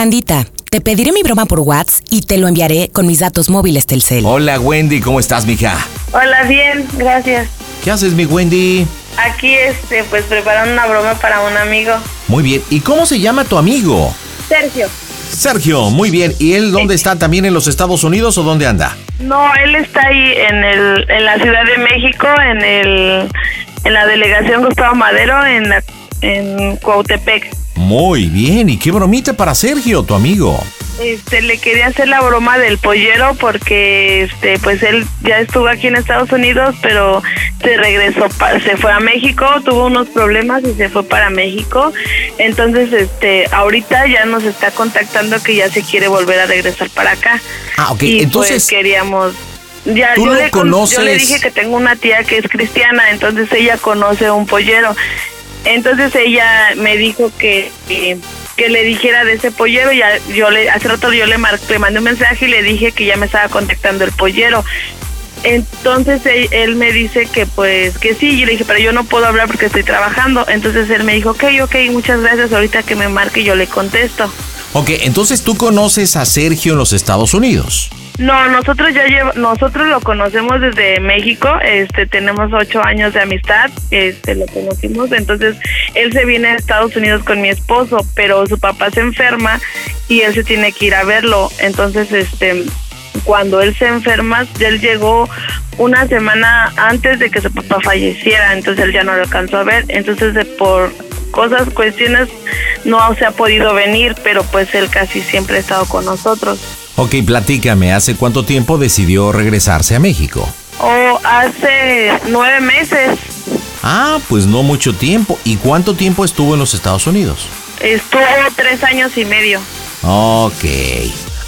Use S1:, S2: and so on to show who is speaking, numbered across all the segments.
S1: Pandita, te pediré mi broma por WhatsApp y te lo enviaré con mis datos móviles Telcel.
S2: Hola Wendy, ¿cómo estás, mija?
S3: Hola, bien, gracias.
S2: ¿Qué haces, mi Wendy?
S3: Aquí, este, pues preparando una broma para un amigo.
S2: Muy bien. ¿Y cómo se llama tu amigo? Eh.
S3: Sergio.
S2: Sergio, muy bien. ¿Y él dónde está? ¿También en los Estados Unidos o dónde anda?
S3: No, él está ahí en, el, en la Ciudad de México, en, el, en la delegación Gustavo Madero, en, la- en Cuautepec.
S2: Muy bien. ¿Y qué bromita para Sergio, tu amigo?
S3: Este, le quería hacer la broma del pollero porque, este, pues él ya estuvo aquí en Estados Unidos, pero se regresó, pa- se fue a México, tuvo unos problemas y se fue para México. Entonces, este, ahorita ya nos está contactando que ya se quiere volver a regresar para acá.
S2: Ah, ok.
S3: Y, pues,
S2: Entonces,
S3: queríamos. Ya,
S2: ¿tú lo
S3: yo, le, con- yo le
S2: conoces?
S3: dije que tengo una tía que es cristiana, entonces ella conoce un pollero. Entonces ella me dijo que, que, que le dijera de ese pollero. Ya, yo le, hace rato yo le, mar- le mandé un mensaje y le dije que ya me estaba contactando el pollero. Entonces él, él me dice que pues que sí, yo le dije, pero yo no puedo hablar porque estoy trabajando. Entonces él me dijo, ok, ok, muchas gracias, ahorita que me marque yo le contesto.
S2: ok, entonces tú conoces a Sergio en los Estados Unidos.
S3: No, nosotros ya llevo, nosotros lo conocemos desde México, este, tenemos ocho años de amistad, este, lo conocimos, entonces él se viene a Estados Unidos con mi esposo, pero su papá se enferma y él se tiene que ir a verlo, entonces, este, cuando él se enferma, él llegó una semana antes de que su papá falleciera, entonces él ya no lo alcanzó a ver, entonces de por cosas, cuestiones, no se ha podido venir, pero pues él casi siempre ha estado con nosotros.
S2: Ok, platícame, ¿hace cuánto tiempo decidió regresarse a México?
S3: Oh, hace nueve meses
S2: Ah, pues no mucho tiempo. ¿Y cuánto tiempo estuvo en los Estados Unidos?
S3: estuvo tres años y medio.
S2: Ok.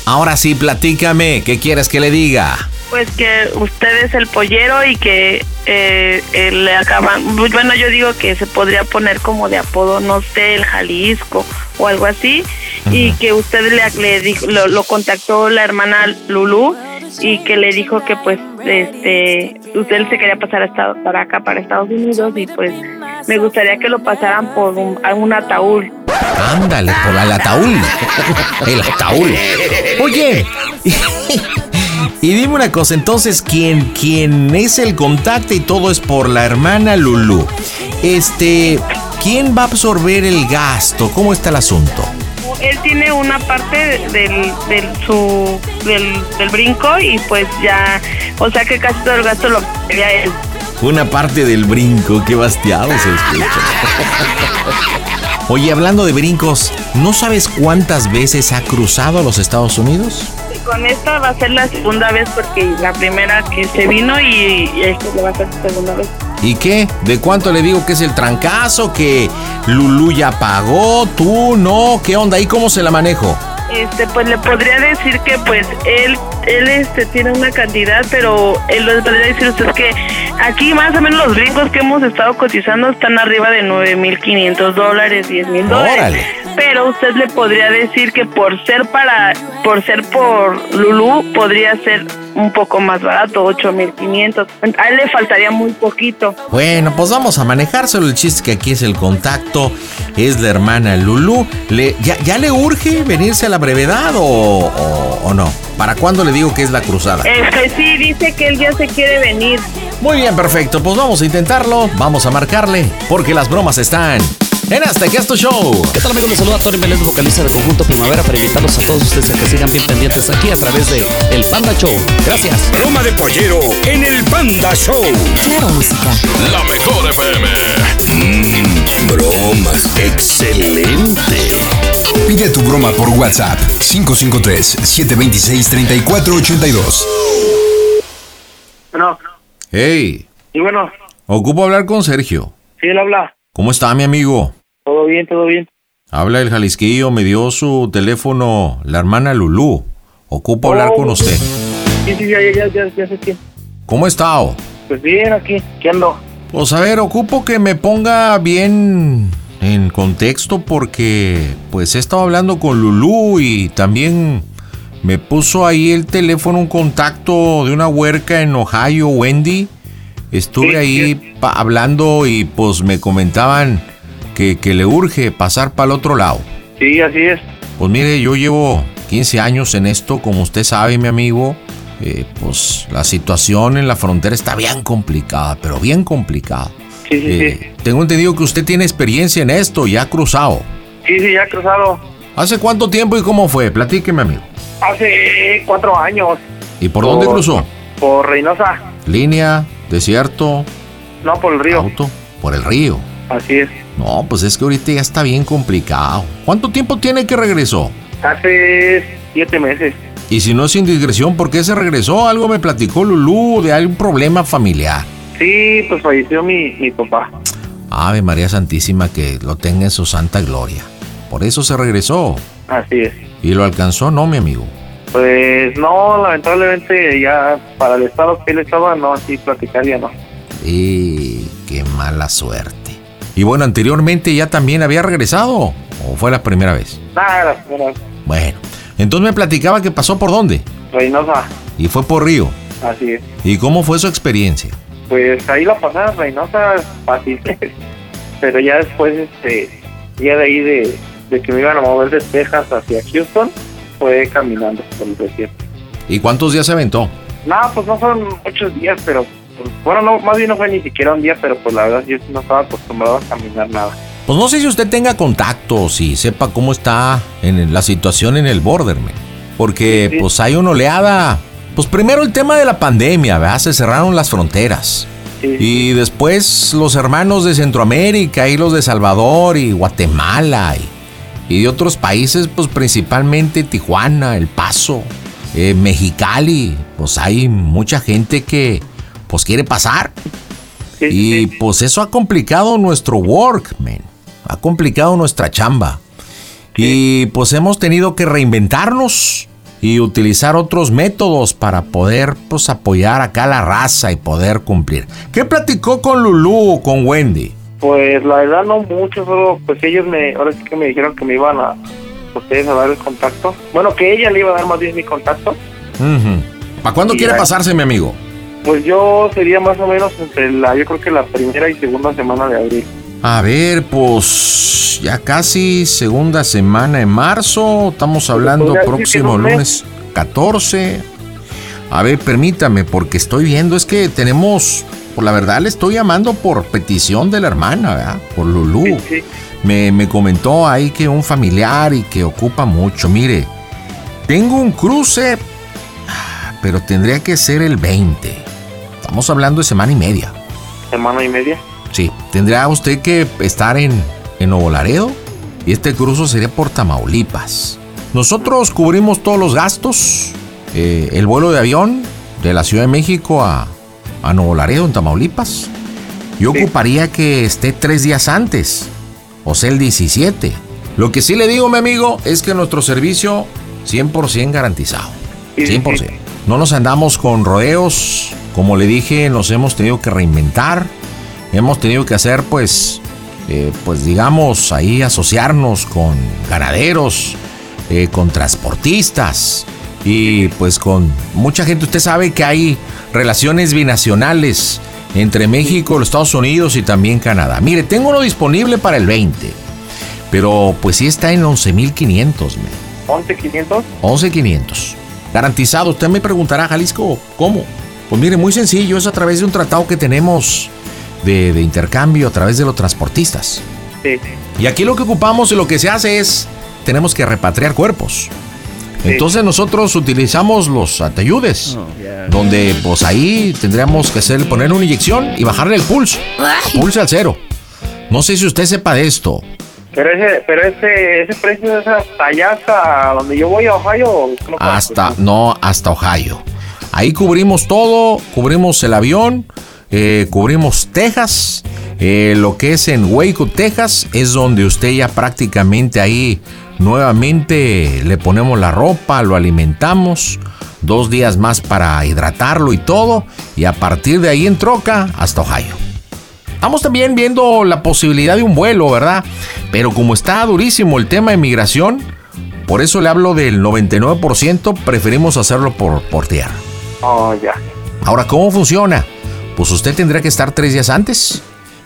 S2: Ahora sí, platícame, ¿qué quieres que le diga?
S3: Pues que usted es el pollero y que eh, eh, le acaban. Bueno, yo digo que se podría poner como de apodo, no sé, el Jalisco o algo así. Y que usted le, le dijo- lo, lo contactó la hermana Lulú y que le dijo que, pues, este, usted se quería pasar a Estados- para acá, para Estados Unidos. Y pues, me gustaría que lo pasaran por un, a un ataúd.
S2: Ándale, por el ataúd. El ataúd. Oye. Y dime una cosa, entonces, ¿quién, quién es el contacto y todo es por la hermana Lulu? Este, ¿quién va a absorber el gasto? ¿Cómo está el asunto?
S3: Él tiene una parte del, del, su, del, del brinco y pues ya, o sea que casi todo el gasto lo pagaría él.
S2: Una parte del brinco, qué bastiado se escucha. Oye, hablando de brincos, ¿no sabes cuántas veces ha cruzado a los Estados Unidos?
S3: Y con esta va a ser la segunda vez porque la primera que se vino y, y esta le va a ser su segunda vez.
S2: ¿Y qué? ¿De cuánto le digo que es el trancazo? ¿Que Lulú ya pagó? ¿Tú no? ¿Qué onda? ¿Y cómo se la manejo?
S3: Este, pues le podría decir que pues él, él este, tiene una cantidad, pero él le podría decir a usted que aquí más o menos los brincos que hemos estado cotizando están arriba de 9.500 dólares, 10.000 dólares.
S2: Órale.
S3: Pero usted le podría decir que por ser para, por ser por Lulú, podría ser un poco más barato, 8.500. A él le faltaría muy poquito.
S2: Bueno, pues vamos a manejárselo. El chiste que aquí es el contacto, es la hermana Lulú. Le, ya, ya le urge venirse a la brevedad o, o- o no? ¿Para cuándo le digo que es la cruzada?
S3: Este sí dice que él ya se quiere venir.
S2: Muy bien, perfecto. Pues vamos a intentarlo. Vamos a marcarle, porque las bromas están en Hasta que es tu show.
S4: ¿Qué tal amigos? Les saluda Tony Vélez, vocalista de Conjunto Primavera, para invitarlos a todos ustedes a que sigan bien pendientes aquí a través de El Panda Show. Gracias.
S5: Toma de pollero en el Panda Show.
S1: Claro, música.
S5: La mejor FM. bromas. Excelente.
S6: Pide tu broma por WhatsApp 553-726-3482.
S7: Bueno,
S2: Hey,
S7: y bueno,
S2: ocupo hablar con Sergio.
S7: sí, él habla.
S2: ¿Cómo está mi amigo?
S7: Todo bien, todo bien.
S2: Habla el Jalisquillo, me dio su teléfono la hermana Lulú. Ocupo hablar con usted.
S7: Sí, sí, ya, ya, ya, ya, ya sé quién.
S2: ¿Cómo está? o?
S7: Pues bien, aquí, ¿qué ando?
S2: Pues a ver, ocupo que me ponga bien en contexto porque pues he estado hablando con Lulú y también me puso ahí el teléfono un contacto de una huerca en Ohio, Wendy. Estuve
S7: Sí,
S2: ahí pa- hablando y pues me comentaban que, que le urge pasar para el otro lado.
S7: Sí, así es.
S2: Pues mire, yo llevo 15 años en esto, como usted sabe, mi amigo. Eh, pues la situación en la frontera está bien complicada, pero bien complicada.
S7: Sí, sí,
S2: Eh, tengo entendido que usted tiene experiencia en esto y ha cruzado.
S7: sí. Sí, sí, ya cruzado.
S2: ¿Hace cuánto tiempo y cómo fue? Platíqueme, amigo.
S7: Hace cuatro años,
S2: ¿Y por dónde
S7: Por-
S2: cruzó?
S7: por Reynosa,
S2: ¿Línea? ¿Desierto?
S7: no por el río.
S2: ¿Auto? ¿Por el río?
S7: Así es.
S2: No, pues es que ahorita ya está bien complicado. ¿Cuánto tiempo tiene que regresó?
S7: Hace siete meses.
S2: Y si no es indiscreción, ¿por qué se regresó? Algo me platicó Lulú de algún problema familiar.
S7: Sí, pues falleció mi, mi papá.
S2: Ave María Santísima, que lo tenga en su santa gloria. Por eso se regresó.
S7: Así es.
S2: Y lo alcanzó, no, mi amigo.
S7: Pues no, lamentablemente ya para el estado que él estaba, no, así platicar ya no.
S2: Y qué mala suerte. Y bueno, anteriormente ya también había regresado. ¿O fue la primera vez?
S7: Nada, era
S2: Bueno, entonces me platicaba que pasó por dónde.
S7: Reynosa,
S2: Y fue por Río.
S7: así es.
S2: ¿Y cómo fue su experiencia?
S7: Pues ahí la pasaba Reynosa fácil. Pero ya después, este, ya de ahí de, de que me iban a mover de Texas hacia Houston, fue caminando por el desierto.
S2: ¿Y cuántos días se aventó?
S7: Nada, pues no fueron muchos días, pero pues, bueno, no, más bien no fue ni siquiera un día, pero pues la verdad yo no estaba acostumbrado a caminar nada.
S2: Pues no sé si usted tenga contactos y sepa cómo está en la situación en el border, men. Porque
S7: Sí, sí.
S2: pues hay una oleada. Pues primero el tema de la pandemia, ¿verdad? Se cerraron las fronteras.
S7: Sí,
S2: Y después los hermanos de Centroamérica y los de Salvador y Guatemala y, y de otros países, pues principalmente Tijuana, El Paso, eh, Mexicali. Pues hay mucha gente que pues quiere pasar.
S7: sí,
S2: Y
S7: sí, sí.
S2: pues eso ha complicado nuestro work, man. Ha complicado nuestra chamba. Y pues hemos tenido que reinventarnos y utilizar otros métodos para poder pues apoyar acá a la raza y poder cumplir. ¿Qué platicó con Lulú o con Wendy?
S7: Pues la verdad no mucho, solo pues ellos me, ahora sí que me dijeron que me iban a ustedes a dar el contacto. Bueno, que ella le iba a dar más bien mi contacto.
S2: ¿Para cuándo
S7: Sí,
S2: quiere
S7: ay.
S2: pasarse, mi amigo?
S7: Pues yo sería más o menos entre la, yo creo que la primera y segunda semana de abril.
S2: A ver, pues ya casi segunda semana de marzo, estamos hablando
S7: podría decir que
S2: próximo
S7: en un mes.
S2: lunes 14. A ver, permítame, porque estoy viendo, es que tenemos, por la verdad le estoy llamando por petición de la hermana, ¿verdad? Por Lulú.
S7: Sí, sí,
S2: Me, me comentó ahí que un familiar y que ocupa mucho. Mire, tengo un cruce, ah, pero tendría que ser el 20. Estamos hablando de semana y media.
S7: semana y media.
S2: Sí, tendrá usted que estar en, en Nuevo Laredo y este cruzo sería por Tamaulipas. Nosotros cubrimos todos los gastos, eh, el vuelo de avión de la Ciudad de México a, a Nuevo Laredo, en Tamaulipas. Yo
S7: Sí.
S2: ocuparía que esté tres días antes, o sea, el 17. Lo que sí le digo, mi amigo, es que nuestro servicio 100% garantizado.
S7: Sí, sí,
S2: 100%.
S7: sí.
S2: No nos andamos con rodeos. Como le dije, nos hemos tenido que reinventar. Hemos tenido que hacer, pues, eh, pues digamos, ahí asociarnos con ganaderos, eh, con transportistas y pues con mucha gente. Usted sabe que hay relaciones binacionales entre México, los Estados Unidos y también Canadá. Mire, tengo uno disponible para el 20, pero pues sí está en 11.500, me.
S7: 11,500.
S2: 11,500. Garantizado. Usted me preguntará, Jalisco, ¿cómo? Pues mire, muy sencillo, es a través de un tratado que tenemos de, de intercambio a través de los transportistas.
S7: Sí, sí.
S2: Y aquí lo que ocupamos y lo que se hace es, tenemos que repatriar cuerpos. Entonces nosotros utilizamos los ateyudes, donde pues ahí tendríamos que hacer, poner una inyección y bajarle el pulso. Pulso al cero. No sé si usted sepa de esto.
S7: Pero ese, pero ese, ese precio es hasta allá, hasta donde yo voy a Ohio. ¿o cómo?
S2: Hasta, no, hasta Ohio. Ahí cubrimos todo, cubrimos el avión, eh, cubrimos Texas, eh, lo que es en Waco, Texas, es donde usted ya prácticamente ahí nuevamente le ponemos la ropa, lo alimentamos, dos días más para hidratarlo y todo, y a partir de ahí en troca hasta Ohio. Estamos también viendo la posibilidad de un vuelo, ¿verdad? Pero como está durísimo el tema de migración, por eso le hablo del 99%, preferimos hacerlo por, por tierra.
S7: Oh, ya.
S2: Ahora, ¿cómo funciona? Pues usted tendrá que estar tres días antes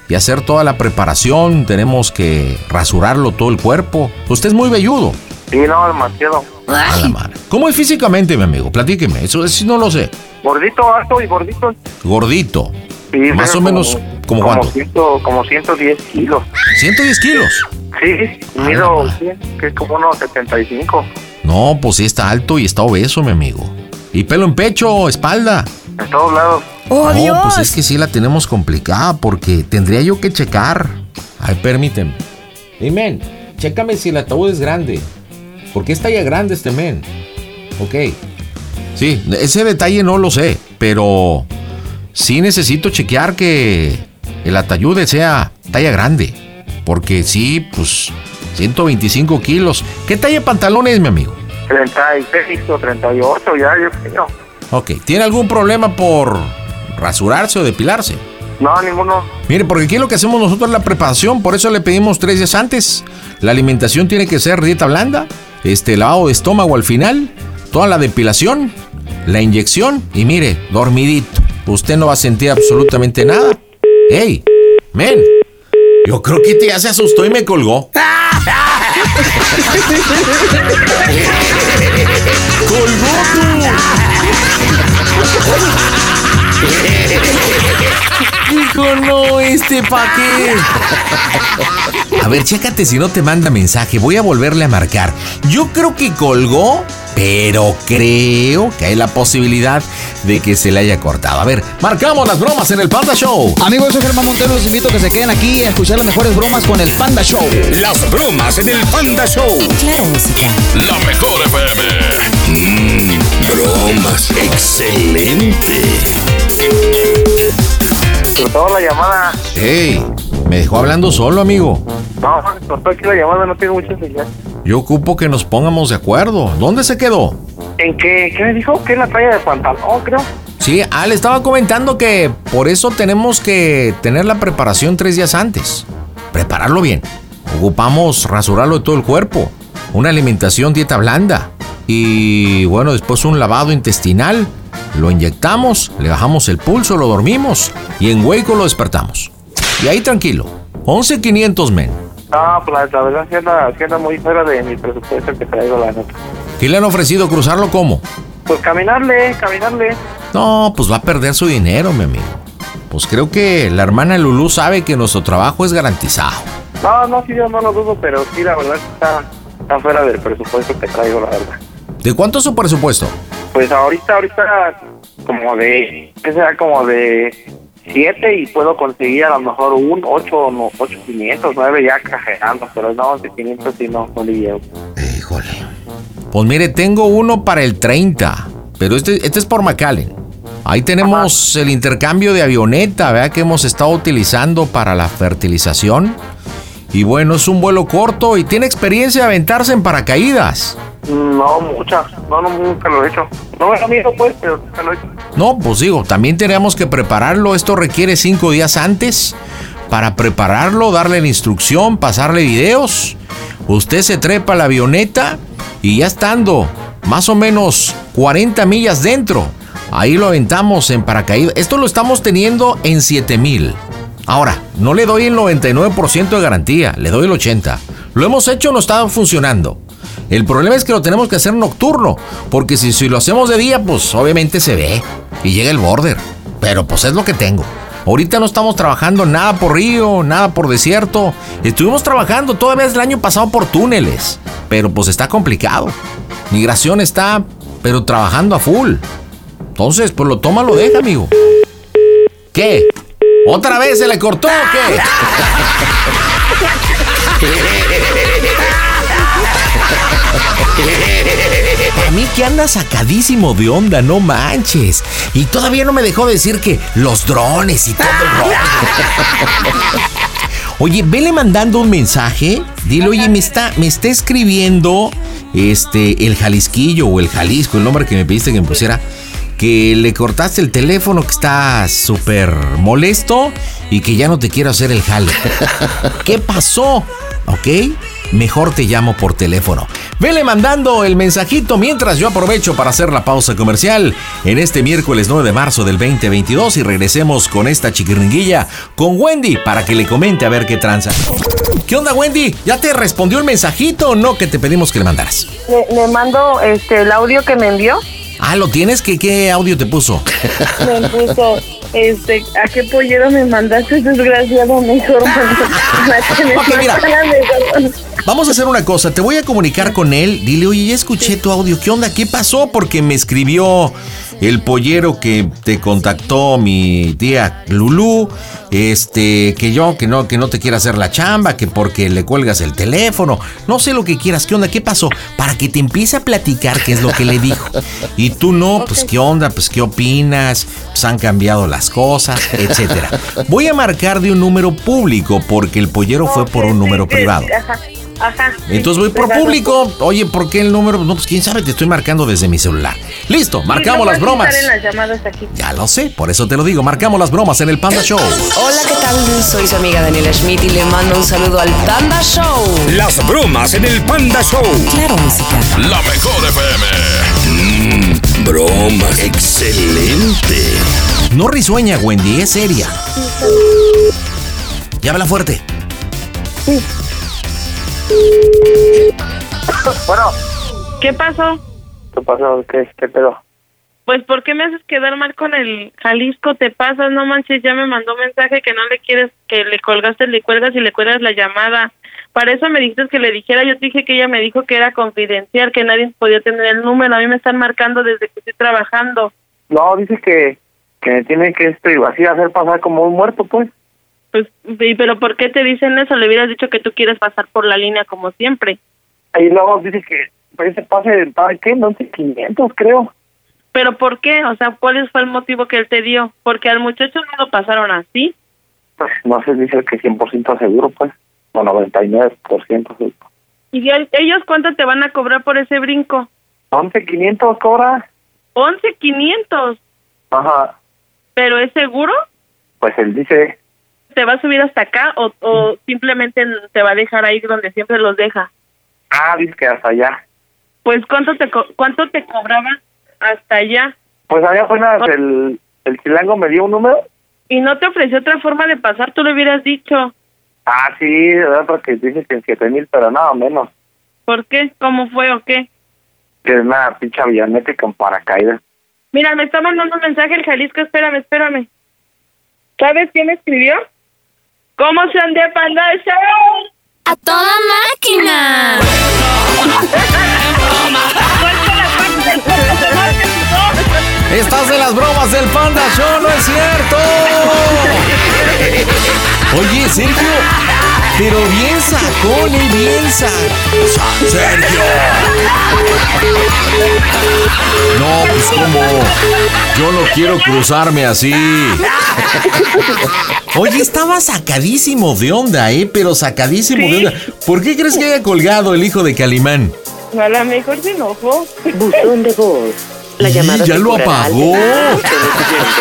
S2: y hacer toda la preparación. Tenemos que rasurarlo todo el cuerpo. Usted es muy velludo.
S7: Sí, no, demasiado.
S2: A Ah, la madre. ¿Cómo es físicamente, mi amigo? Platíqueme. Eso sí no lo sé.
S7: Gordito, alto y gordito.
S2: Gordito.
S7: Sí,
S2: Más
S7: pero
S2: o menos, ¿como
S7: como,
S2: cuánto?
S7: ciento- como 110 kilos.
S2: 110 kilos.
S7: Sí,
S4: Ah,
S7: mido sí, que es como unos 75.
S2: No, pues sí está alto y está obeso, mi amigo. Y pelo en pecho, espalda.
S7: En todos lados.
S1: ¡Oh,
S2: no,
S1: Dios!
S2: pues es que sí la tenemos complicada porque tendría yo que checar. Ay, permíteme. Hey, men, chécame si el ataúd es grande. Porque está ya grande este men. Ok. Sí, ese detalle no lo sé, pero sí necesito chequear que el atayude sea talla grande. Porque sí, pues 125 kilos. ¿Qué talla de pantalón es, mi amigo?
S7: 36 o 38 ya, yo creo.
S2: Ok, ¿tiene algún problema por rasurarse o depilarse?
S7: No, ninguno.
S2: Mire, porque aquí lo que hacemos nosotros es la preparación, por eso le pedimos tres días antes. La alimentación tiene que ser dieta blanda, este lavado de estómago al final, toda la depilación, la inyección y mire, dormidito. Usted no va a sentir absolutamente nada. ¡Ey! ¡Men! Yo creo que este ya se asustó y me colgó. Dijo, no, este pa' qué. A ver, chécate si no te manda mensaje. Voy a volverle a marcar. Yo creo que colgó, pero creo que hay la posibilidad de que se le haya cortado. A ver, marcamos las bromas en el Panda Show.
S4: Amigos, soy Germán Montero. Los invito a que se queden aquí a escuchar las mejores bromas con el Panda Show.
S5: Las bromas en el Panda Show.
S1: Claro, música.
S5: La mejor FM. Mm, bromas. Excelente.
S7: Cortó la llamada.
S2: Ey, me dejó hablando solo, amigo.
S7: No, cortó aquí la llamada, no tiene mucha señal.
S2: Yo ocupo que nos pongamos de acuerdo. ¿Dónde se quedó?
S7: ¿En qué? ¿Qué me dijo? ¿Qué es la talla de pantalón, creo?
S2: Sí, ah, le estaba comentando que por eso tenemos que tener la preparación tres días antes. Prepararlo bien. Ocupamos rasurarlo de todo el cuerpo. Una alimentación dieta blanda. Y bueno, después un lavado intestinal. Lo inyectamos, le bajamos el pulso, lo dormimos. Y en Waco lo despertamos. Y ahí tranquilo. 11.500 men.
S7: Ah, pues la, la verdad sí anda, sí anda muy fuera de mi presupuesto que traigo, la neta.
S2: ¿Qué le han ofrecido cruzarlo cómo?
S7: Pues caminarle, caminarle.
S2: No, pues va a perder su dinero, mi amigo. Pues creo que la hermana Lulú sabe que nuestro trabajo es garantizado.
S7: No, no, sí, yo no lo dudo, pero sí, la verdad sí está, está fuera del presupuesto que traigo, la verdad.
S2: ¿De cuánto es su presupuesto?
S7: Pues ahorita, ahorita, como de, que sea como de siete y puedo conseguir a lo mejor un ocho, o no, ocho quinientos, nueve ya cajerando, pero no, de quinientos sí no, no le llevo.
S2: Híjole. Pues mire, tengo uno para el 30, pero este, este es por McAllen. Ahí tenemos el intercambio de avioneta, ¿verdad? Que hemos estado utilizando para la fertilización. Y bueno, es un vuelo corto y tiene experiencia de aventarse en paracaídas.
S7: No, muchas, no, no, nunca lo he hecho. No me da miedo, pues, pero nunca lo he hecho.
S2: No, pues digo, también tenemos que prepararlo. Esto requiere cinco días antes para prepararlo, darle la instrucción, pasarle videos. Usted se trepa a la avioneta y ya estando más o menos 40 millas dentro, ahí lo aventamos en paracaídas. Esto lo estamos teniendo en 7000. Ahora, no le doy el 99% de garantía, le doy el 80%. Lo hemos hecho, no está funcionando. El problema es que lo tenemos que hacer nocturno, porque si, si lo hacemos de día, pues obviamente se ve y llega el border. Pero pues es lo que tengo. Ahorita no estamos trabajando nada por río, nada por desierto. Estuvimos trabajando todavía el año pasado por túneles, pero pues está complicado. Migración está, pero trabajando a full. Entonces, pues lo toma, lo deja, amigo. ¿Qué? ¿Otra vez se le cortó o qué? A mí que anda sacadísimo de onda, no manches. Y todavía no me dejó decir que los drones y todo el rollo. Oye, vele mandando un mensaje. Dile, oye, me está, me está escribiendo este, el Jalisquillo o el Jalisco, el nombre que me pediste que me pusiera. Que le cortaste el teléfono, que está súper molesto y que ya no te quiero hacer el jale. ¿Qué pasó? ¿Ok? Mejor te llamo por teléfono. Vele mandando el mensajito mientras yo aprovecho para hacer la pausa comercial en este miércoles 9 de marzo del 2022 y regresemos con esta chiquiringuilla con Wendy para que le comente a ver qué tranza. ¿Qué onda Wendy? ¿Ya te respondió el mensajito o no que te pedimos que le mandaras?
S3: Le, le mando este, el audio que me envió.
S2: Ah, ¿lo tienes? ¿Qué, qué audio te puso?
S3: Me puso, este, ¿a qué pollero me mandaste, desgraciado? Mejor mándame.
S2: Ok, mira. Vamos a hacer una cosa, te voy a comunicar con él, dile, oye, ya escuché tu audio, ¿qué onda? ¿Qué pasó? Porque me escribió el pollero que te contactó mi tía Lulú, este, que yo, que no, que no te quiera hacer la chamba, que porque le cuelgas el teléfono, no sé lo que quieras, ¿qué onda? ¿Qué pasó? Para que te empiece a platicar qué es lo que le dijo. Y tú no, pues qué onda, pues qué opinas, pues han cambiado las cosas, etcétera. Voy a marcar de un número público porque el pollero fue por un número privado.
S3: Ajá, ajá. sí,
S2: Entonces voy por
S3: ¿verdad?
S2: público. Oye, ¿por qué el número? No, pues quién sabe, te estoy marcando desde mi celular. Listo,
S3: Sí,
S2: marcamos
S3: no
S2: las
S3: puedes
S2: bromas.
S3: estar en las llamadas aquí.
S2: Ya lo sé, por eso te lo digo, marcamos las bromas en el Panda Show.
S8: Hola, ¿qué tal? Soy su amiga Daniela Schmidt y le mando un saludo al Panda Show.
S5: Las bromas en el Panda Show.
S1: Claro, música.
S5: La mejor FM. Mmm, bromas. Excelente.
S2: No risueña, Wendy, es seria. Ya habla fuerte.
S7: Bueno,
S3: ¿Qué pasó?
S7: ¿qué pasó? ¿Qué, qué pedo?
S3: Pues, ¿por qué me haces quedar mal con el Jalisco? Te pasas, no manches, ya me mandó mensaje que no le quieres, que le colgaste, le cuelgas y le cuelgas la llamada. Para eso me dijiste que le dijera, yo te dije que ella me dijo que era confidencial, que nadie podía tener el número, a mí me están marcando desde que estoy trabajando.
S7: No, dice que, que me tiene que este, así hacer pasar como un muerto, pues.
S3: Pues, y- pero ¿por qué te dicen eso? Le hubieras dicho que tú quieres pasar por la línea como siempre.
S7: Y luego dice que pues, ese pase de tal, ¿qué? No sé, 500 creo.
S3: Pero ¿por qué? O sea, ¿cuál fue el motivo que él te dio? Porque al muchacho no lo pasaron así.
S7: Pues no sé, dice que 100% seguro, pues. O 99% seguro.
S3: ¿Y el- ellos cuánto te van a cobrar por ese brinco?
S7: 11.500 cobra.
S3: Once quinientos.
S7: Ajá.
S3: ¿Pero es seguro?
S7: Pues él dice,
S3: ¿Te va a subir hasta acá o, o simplemente te va a dejar ahí donde siempre los deja?
S7: ah, dice que hasta allá.
S3: Pues ¿cuánto te, co- cuánto te cobraban hasta allá?
S7: Pues allá apenas el, el chilango me dio un número.
S3: Y no te ofreció otra forma de pasar, tú lo hubieras dicho.
S7: Ah, sí, ¿verdad? Porque dice que en 7.000, pero nada menos.
S3: ¿Por qué? ¿Cómo fue o qué?
S7: Que es una pinche avioneta con paracaídas.
S3: Mira, me está mandando un mensaje el Jalisco, espérame, espérame. ¿Sabes quién escribió? ¿Cómo se han de panda el show?
S9: ¡A toda máquina!
S2: Estás en las bromas del Panda Show, no es cierto. Oye, Sergio, pero bien sacón y bien sacón. Sergio. No, pues como yo no quiero cruzarme así. Oye, estaba sacadísimo de onda, ¿eh? Pero sacadísimo de onda. ¿Por qué crees que haya colgado el hijo de Calimán?
S3: A lo mejor se enojó.
S8: Buzón de voz. La
S2: Y
S8: llamada
S2: ya
S8: se
S2: lo
S8: cobrará al-
S2: apagó.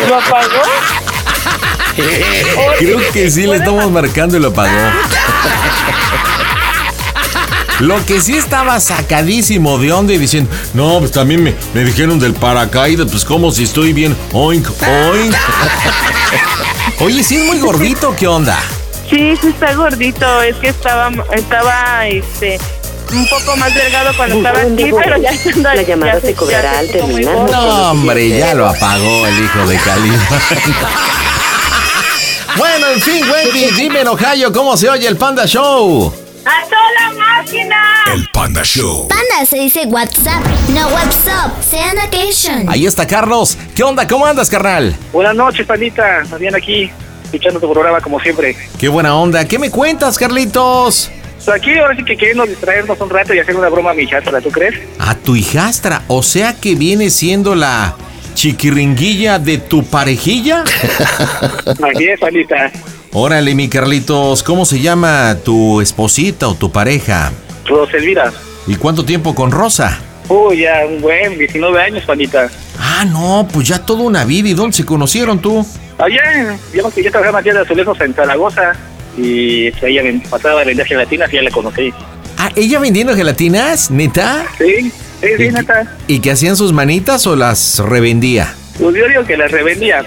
S3: ¿Lo apagó?
S2: Creo que sí le estamos marcando y lo apagó. Lo que sí estaba sacadísimo de onda y diciendo, no, pues también me, me dijeron del paracaídas, pues como si estoy bien, oink, oink. Oye, sí es muy gordito, ¿qué onda?
S3: Sí, sí está gordito, es que estaba, estaba, este, un poco más delgado cuando estaba
S8: Buzón de
S3: aquí,
S8: voz.
S3: pero ya estando
S8: La
S3: aquí,
S8: llamada
S3: ya
S8: se cobrará
S3: ya
S8: al
S3: se puso muy
S8: terminar.
S3: gordo.
S2: No, hombre, ya lo apagó el hijo de Cali. Bueno, en fin, Wendy, dime en Ohio cómo se oye el Panda Show.
S10: ¡A toda máquina!
S5: El Panda Show.
S11: Panda se dice WhatsApp, no WhatsApp, sea occasion.
S2: Ahí está Carlos. ¿Qué onda? ¿Cómo andas, carnal?
S12: Buenas noches, Pandita. Fabián aquí, escuchando tu programa como siempre.
S2: Qué buena onda. ¿Qué me cuentas, Carlitos?
S12: Pues Aquí ahora sí que queremos distraernos un rato y hacer una broma a mi hijastra, ¿tú crees?
S2: A tu hijastra, o sea que viene siendo la chiquiringuilla de tu parejilla.
S12: Así es, Pandita.
S2: Órale, mi Carlitos, ¿cómo se llama tu esposita o tu pareja?
S12: Roselvira.
S2: ¿Y cuánto tiempo con Rosa?
S12: Uy, ya un buen 19 años, Pandita.
S2: Ah, no, pues ya toda una vida. ¿Y dónde se conocieron tú?
S12: Allá, digamos que yo trabajaba aquí de azulejos en Zaragoza y este, ella me pasaba a vender gelatinas y ya la conocí.
S2: Ah, ¿ella vendiendo gelatinas, neta?
S12: Sí, sí, sí, neta.
S2: ¿Y que hacían sus manitas o las revendía?
S12: Pues yo digo que la revendía.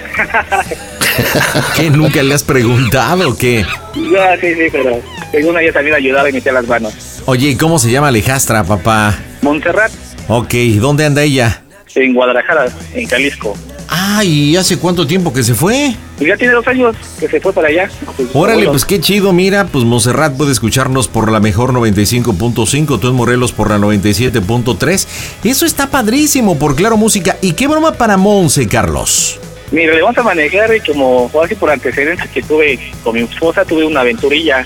S2: ¿Qué nunca le has preguntado o qué?
S12: ya, sí, sí, pero según ella también ayudaba y metía las manos.
S2: Oye, ¿y cómo se llama la hijastra, papá?
S12: Montserrat,
S2: Ok, ¿dónde anda ella?
S12: en Guadalajara, en Jalisco.
S2: Ay, ¿hace cuánto tiempo que se fue?
S12: Y Pues ya tiene dos años que se fue para allá. Pues,
S2: Órale,
S12: bueno,
S2: pues qué chido, mira, pues Monserrat puede escucharnos por la mejor 95.5, tú en Morelos por la 97.3. Eso está padrísimo por Claro Música. ¿Y qué broma para Monse, Carlos?
S12: Mira, le vamos a manejar y como así por antecedentes que tuve con mi esposa, tuve una aventurilla.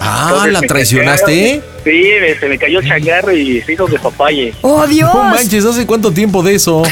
S2: Ah,
S12: Entonces,
S2: ¿la
S12: me
S2: traicionaste?
S12: cacharon, Sí, me- se me cayó el changarro y se hizo de papaye.
S1: ¡Oh, Dios!
S2: No manches, ¿hace cuánto tiempo de eso?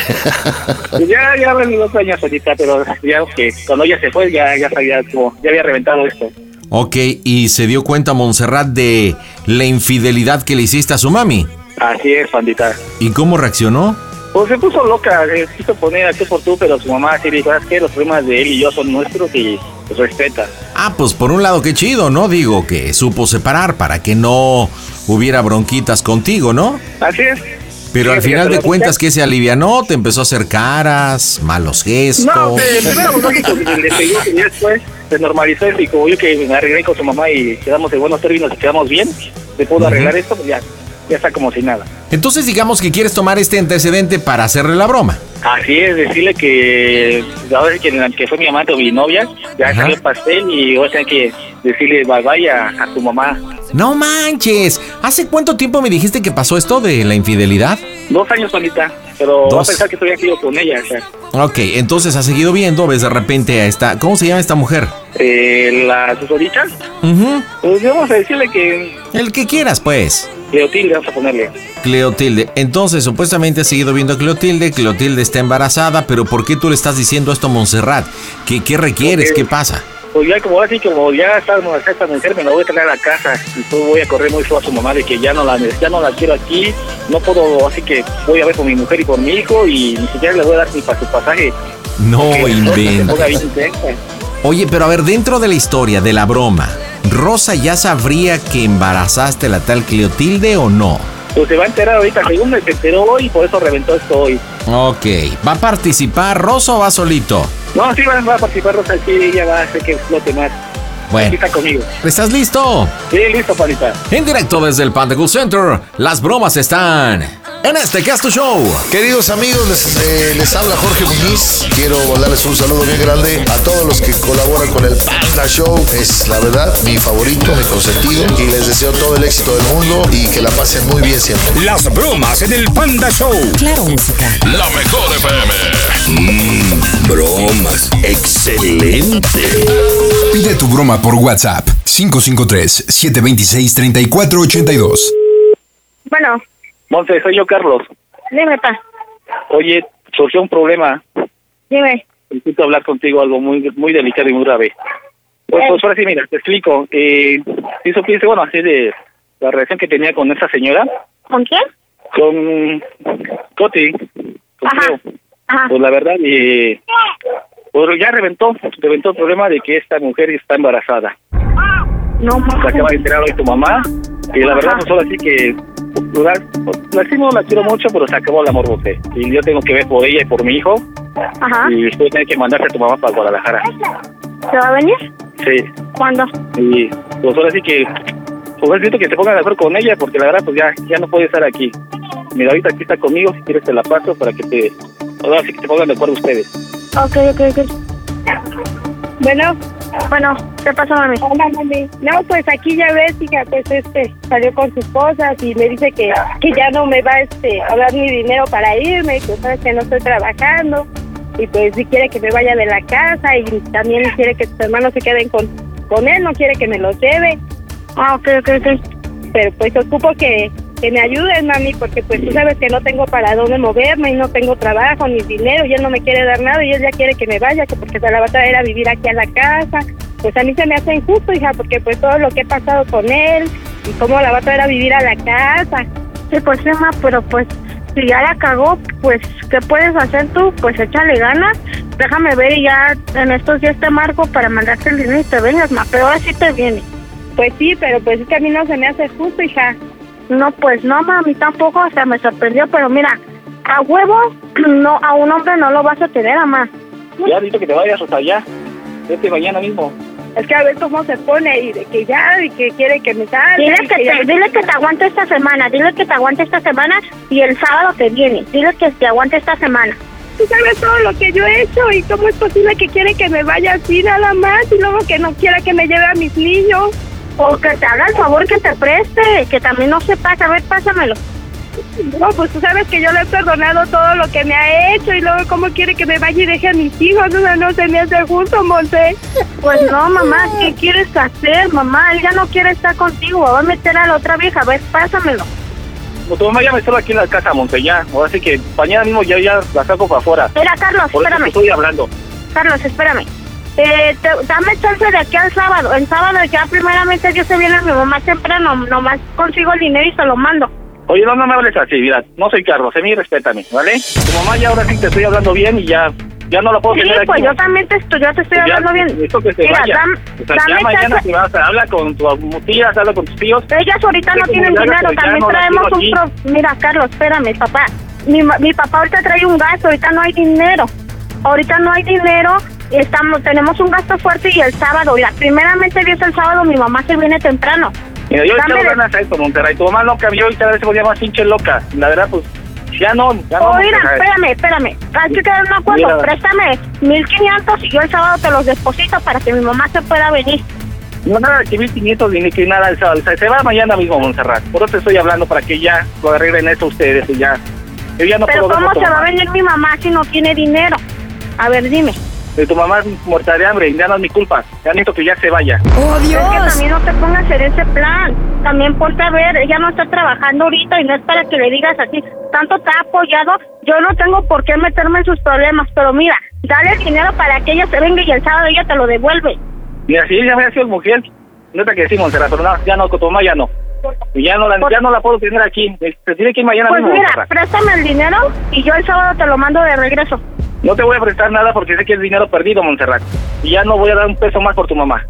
S12: Pues ya, ya hablé dos años ahorita, pero ya que cuando ella se fue, ya, ya sabía como, ya había reventado esto.
S2: ok, y se dio cuenta Monserrat de la infidelidad que le hiciste a su mami.
S12: Así es, bandita.
S2: ¿Y cómo reaccionó?
S12: Pues se puso loca, eh, quiso poner aquí por tú, pero su mamá sí le dijo, "¿Sabes qué? Los problemas de él y yo son nuestros y los respeta.
S2: Ah, pues por un lado qué chido, ¿no? Digo que supo separar para que no hubiera bronquitas contigo, ¿no?
S12: Así es.
S2: Pero
S12: Sí,
S2: al
S12: sí,
S2: final
S12: pero
S2: de
S12: la
S2: cuentas que se alivianó, te empezó a hacer caras, malos gestos.
S12: No, eh, primero pues, lógico, le pegó y después se normalizó y como yo que me arreglé con su mamá y quedamos de buenos términos y quedamos bien, se pudo
S2: Ujú.
S12: arreglar esto, pues ya, ya está como si nada.
S2: Entonces digamos que quieres tomar este antecedente para hacerle la broma.
S12: Así es, decirle que ahora sí que, que fue mi amante o mi novia, ya
S2: Ajá.
S12: salió el pastel y voy a tener que decirle bye bye a, a su mamá.
S2: No manches, ¿hace cuánto tiempo me dijiste que pasó esto de la infidelidad?
S12: Dos años, Juanita, pero va a
S2: Dos.
S12: pensar que todavía sigo con ella, o sea,
S2: Ok, entonces has seguido viendo, ves de repente a esta... ¿Cómo se llama esta mujer?
S12: eh, la susodicha,
S2: Ujú,
S12: pues vamos a decirle que
S2: El que quieras, pues.
S12: Leotilde, vamos a ponerle.
S2: Cleotilde. Entonces, supuestamente has seguido viendo a Cleotilde. Cleotilde está embarazada, pero ¿por qué tú le estás diciendo esto a Montserrat? ¿Qué, qué requieres?
S12: Ok.
S2: ¿Qué pasa?
S12: Pues ya como así, como ya está esta mujer, me la voy a traer a la casa y pues voy a correr muy feo a su mamá de que ya no la ya no la quiero aquí, no puedo, así que voy a ver con mi mujer y con mi hijo y ni siquiera le voy a dar ni para su pasaje.
S2: No
S12: Que se ponga
S2: inventes.
S12: bien intensa.
S2: Oye, pero a ver, dentro de la historia, de la broma, ¿Rosa ya sabría que embarazaste a la tal Cleotilde o no?
S12: Pues se va a enterar ahorita, según me se enteró hoy, por eso reventó esto hoy.
S2: Ok. ¿Va a participar Rosa o va solito?
S12: No, sí va, va a participar Rosa, sí, ella va a hacer que explote más. Aquí
S2: Bueno,
S12: está conmigo.
S2: ¿estás listo?
S12: Sí, listo, panita.
S2: En directo desde el Panda Cool Center, las bromas están en este Casto Show.
S13: Queridos amigos, les, eh, les habla Jorge Muñiz. Quiero mandarles un saludo bien grande a todos los que colaboran con el Panda Show. Es la verdad mi favorito, mi consentido. Y les deseo todo el éxito del mundo y que la pasen muy bien siempre.
S5: Las bromas en el Panda Show.
S1: Claro, música.
S5: La mejor FM. Mm, bromas. Excelente.
S6: Pide tu broma por WhatsApp 553-726-3482.
S10: Bueno,
S12: Monte, soy yo, Carlos.
S10: dime, pa,
S12: Oye, surgió un problema.
S10: dime.
S12: necesito hablar contigo algo muy muy delicado y muy grave. Pues, pues ahora sí, mira, te explico. Eh, sí supiste, bueno, así de la relación que tenía con esa señora,
S10: ¿Con quién?
S12: con Coti,
S10: Ajá,
S12: contigo.
S10: ajá.
S12: Pues la verdad, eh, pues ya reventó, reventó el problema de que esta mujer está embarazada.
S10: No,
S12: Se acaba de enterar hoy tu mamá, y la verdad,
S10: Ajá.
S12: pues ahora sí que pues, la, la sí no la quiero mucho, pero se acabó el amor, José. Y yo tengo que ver por ella y por mi hijo,
S10: Ajá.
S12: y después tengo que mandarse a tu mamá para Guadalajara.
S10: ¿Se va a venir?
S12: Sí.
S10: ¿Cuándo?
S12: Y pues ahora sí que, pues necesito que se pongan de acuerdo con ella, porque la verdad, pues ya, ya no puede estar aquí. Mira, ahorita aquí está conmigo, si quieres te la paso para que te, ahora sí que te pongan de acuerdo ustedes.
S10: Ok, ok, ok. Bueno, Bueno, ¿qué pasó, mami? Hola, mami. No, pues aquí ya ves, hija, pues este salió con sus cosas y me dice que, que ya no me va este, a dar mi dinero para irme, que sabes que no estoy trabajando y pues si quiere que me vaya de la casa y también quiere que tus hermanos se queden con, con él, no quiere que me los lleve. Ah, ok, ok, ok. Pero pues ocupo que, que me ayudes, mami, porque pues tú sabes que no tengo para dónde moverme y no tengo trabajo ni dinero y él no me quiere dar nada y él ya quiere que me vaya, que porque se la va a traer a vivir aquí a la casa. Pues a mí se me hace injusto, hija, porque pues todo lo que he pasado con él y cómo la va a traer a vivir a la casa. Sí, pues sí, ma, pero pues si ya la cagó, pues ¿qué puedes hacer tú? Pues échale ganas, déjame ver y ya en estos días te marco para mandarte el dinero y te vengas, ma, pero ahora sí te viene. Pues sí, pero pues es que a mí no se me hace justo, hija. No, pues no, ma, a mí tampoco, o sea, me sorprendió, pero mira, a huevo, no, a un hombre no lo vas a tener, mamá.
S12: Ya has dicho que te vayas hasta allá. Vete mañana mismo.
S10: Es que a ver cómo se pone y de que ya, y que quiere que me salga. Dile
S12: que te-
S10: dile que te aguante esta semana, dile que te aguante esta semana y el sábado que viene, dile que te aguante esta semana. Tú sabes todo lo que yo he hecho y cómo es posible que quiere que me vaya así nada más y luego que no quiera que me lleve a mis niños. O que te haga el favor que te preste, que también no se pasa, a ver, pásamelo. No, pues tú sabes que yo le he perdonado todo lo que me ha hecho y luego cómo quiere que me vaya y deje a mis hijos. O sea, no se me hace justo, Monse. Pues no, mamá, ¿qué quieres hacer, mamá? Él ya no quiere estar contigo. Va a meter a la otra vieja. A ver, pásamelo.
S12: No, Pues, tu mamá ya me estuvo aquí en la casa, Monte, ya. Ahora sí que mañana mismo ya, ya la saco para afuera.
S10: Mira, Carlos,
S12: Por eso te
S10: espérame.
S12: estoy hablando.
S10: Carlos, espérame. Eh, te- dame chance de aquí al sábado. El sábado ya primeramente yo se viene mi mamá temprano. Nomás consigo el dinero y se lo mando.
S12: Oye, no, no me hables así, mira. No soy Carlos, a mí respétame, ¿vale? Tu mamá ya ahora sí te estoy hablando bien y ya, ya no la puedo
S10: Sí,
S12: tener aquí.
S10: pues yo también te estoy, yo te estoy
S12: Ya,
S10: hablando bien.
S12: Necesito que se
S10: Mira,
S12: vaya.
S10: dam-
S12: o sea, ya
S10: dame
S12: mañana
S10: chance.
S12: si vas a hablar con tus tías, habla con tus tíos.
S10: Ellas Pues ahorita no
S12: Como
S10: tienen
S12: ya las
S10: dinero,
S12: que ya
S10: también
S12: no las
S10: traemos
S12: tengo
S10: un...
S12: aquí.
S10: pro- Mira, Carlos, espérame, papá. Mi, ma- mi papá ahorita trae un gasto, ahorita no hay dinero. Ahorita no hay dinero, estamos tenemos un gasto fuerte y el sábado, la primeramente Dios el sábado, mi mamá se viene temprano.
S12: Mira, yo le
S10: Dame
S12: quiero
S10: de-
S12: ganas a esto, Monterrey. Tu mamá no cambió y cada vez se volvía más hinche loca. La verdad, pues, ya no, ya no.
S10: Oiga,
S12: Monterrey.
S10: Oh, espérame, espérame. Hay que quedar en un acuerdo.
S12: Mira.
S10: Préstame 1500 y yo el sábado te los deposito para que mi mamá se pueda venir.
S12: No, nada, que 1500 ni que nada. o sea, se va mañana mismo, Montserrat. Por eso te estoy hablando, para que ya lo arreglen eso ustedes y ya. Yo ya no
S10: Pero
S12: puedo ver
S10: ¿cómo
S12: con tu
S10: se va a
S12: mamá.
S10: venir mi mamá si no tiene dinero? A ver, dime.
S12: Eh, Tu mamá es muerta de hambre, ya no es mi culpa. Ya necesito que ya se vaya.
S10: ¡Oh, Dios! que también no te pongas en ese plan. También ponte a ver, ella no está trabajando ahorita y no es para que le digas así. Tanto te ha apoyado, yo no tengo por qué meterme en sus problemas, pero mira, dale el dinero para que ella se venga y el sábado ella te lo devuelve.
S12: Mira, si ella hubiera sido mujer, no te que decir, Montserrat, pero no, ya no, con tu mamá ya no. Y ya no la, ya no la puedo tener aquí. Eh, Te tiene que ir mañana
S10: Pues
S12: mismo,
S10: mira,
S12: Montserrat.
S10: préstame el dinero y yo el sábado te lo mando de regreso.
S12: No te voy a prestar nada porque sé que es dinero perdido, Montserrat. Y ya no voy a dar un peso más por tu mamá.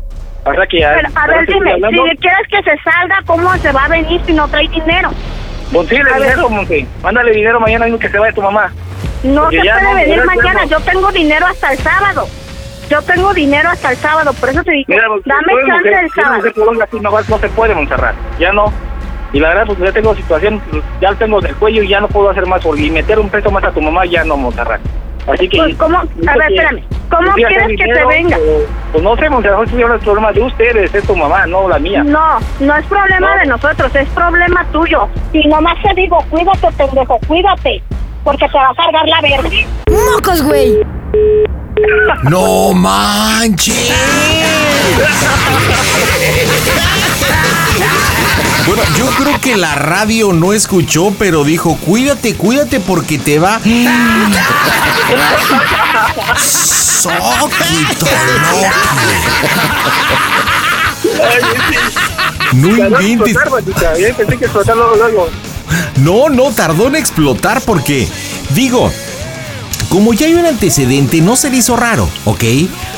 S12: O sea que ya...
S10: Pero, a
S12: ahora
S10: ver,
S12: te estoy
S10: dime,
S12: hablando.
S10: si quieres que se salga, ¿cómo se va a venir si no trae dinero?
S12: Consíguele
S10: A ver,
S12: dinero,
S10: tú-
S12: Monse. Mándale dinero mañana mismo que se vaya tu mamá.
S10: No
S12: Porque
S10: se
S12: ya
S10: puede
S12: no,
S10: venir
S12: no es
S10: mañana,
S12: bueno.
S10: yo tengo dinero hasta el sábado. Yo tengo dinero hasta el sábado, por eso te dije,
S12: Mira, pues, Monse,
S10: dame
S12: tú eres
S10: chance
S12: mujer,
S10: el
S12: tú eres
S10: sábado.
S12: mujer pulonga, así no, vas- no se puede, Montserrat. Ya no. Y la verdad, pues ya tengo situación, pues, ya tengo del cuello y ya no puedo hacer más. Y meter un peso más a tu mamá ya no, Montserrat. Así que...
S10: Pues, ¿cómo? A ver, espérame. ¿Cómo
S12: Sí, hacer
S10: quieres que te
S12: dinero,
S10: venga?
S12: pero, Pues no sé, Montserrat, es un problema de ustedes, es tu mamá, no la mía.
S10: No, no es problema de nosotros, es problema tuyo. Y nomás te digo, cuídate, pendejo, cuídate, porque te va a cargar la verde. ¡Mocos, güey!
S2: ¡No manches! Bueno, yo creo que la radio no escuchó, pero dijo, cuídate, cuídate porque te va... Soquito, No inventes. No, no, tardó en explotar porque, digo, como ya hay un antecedente, no se le hizo raro, ¿ok?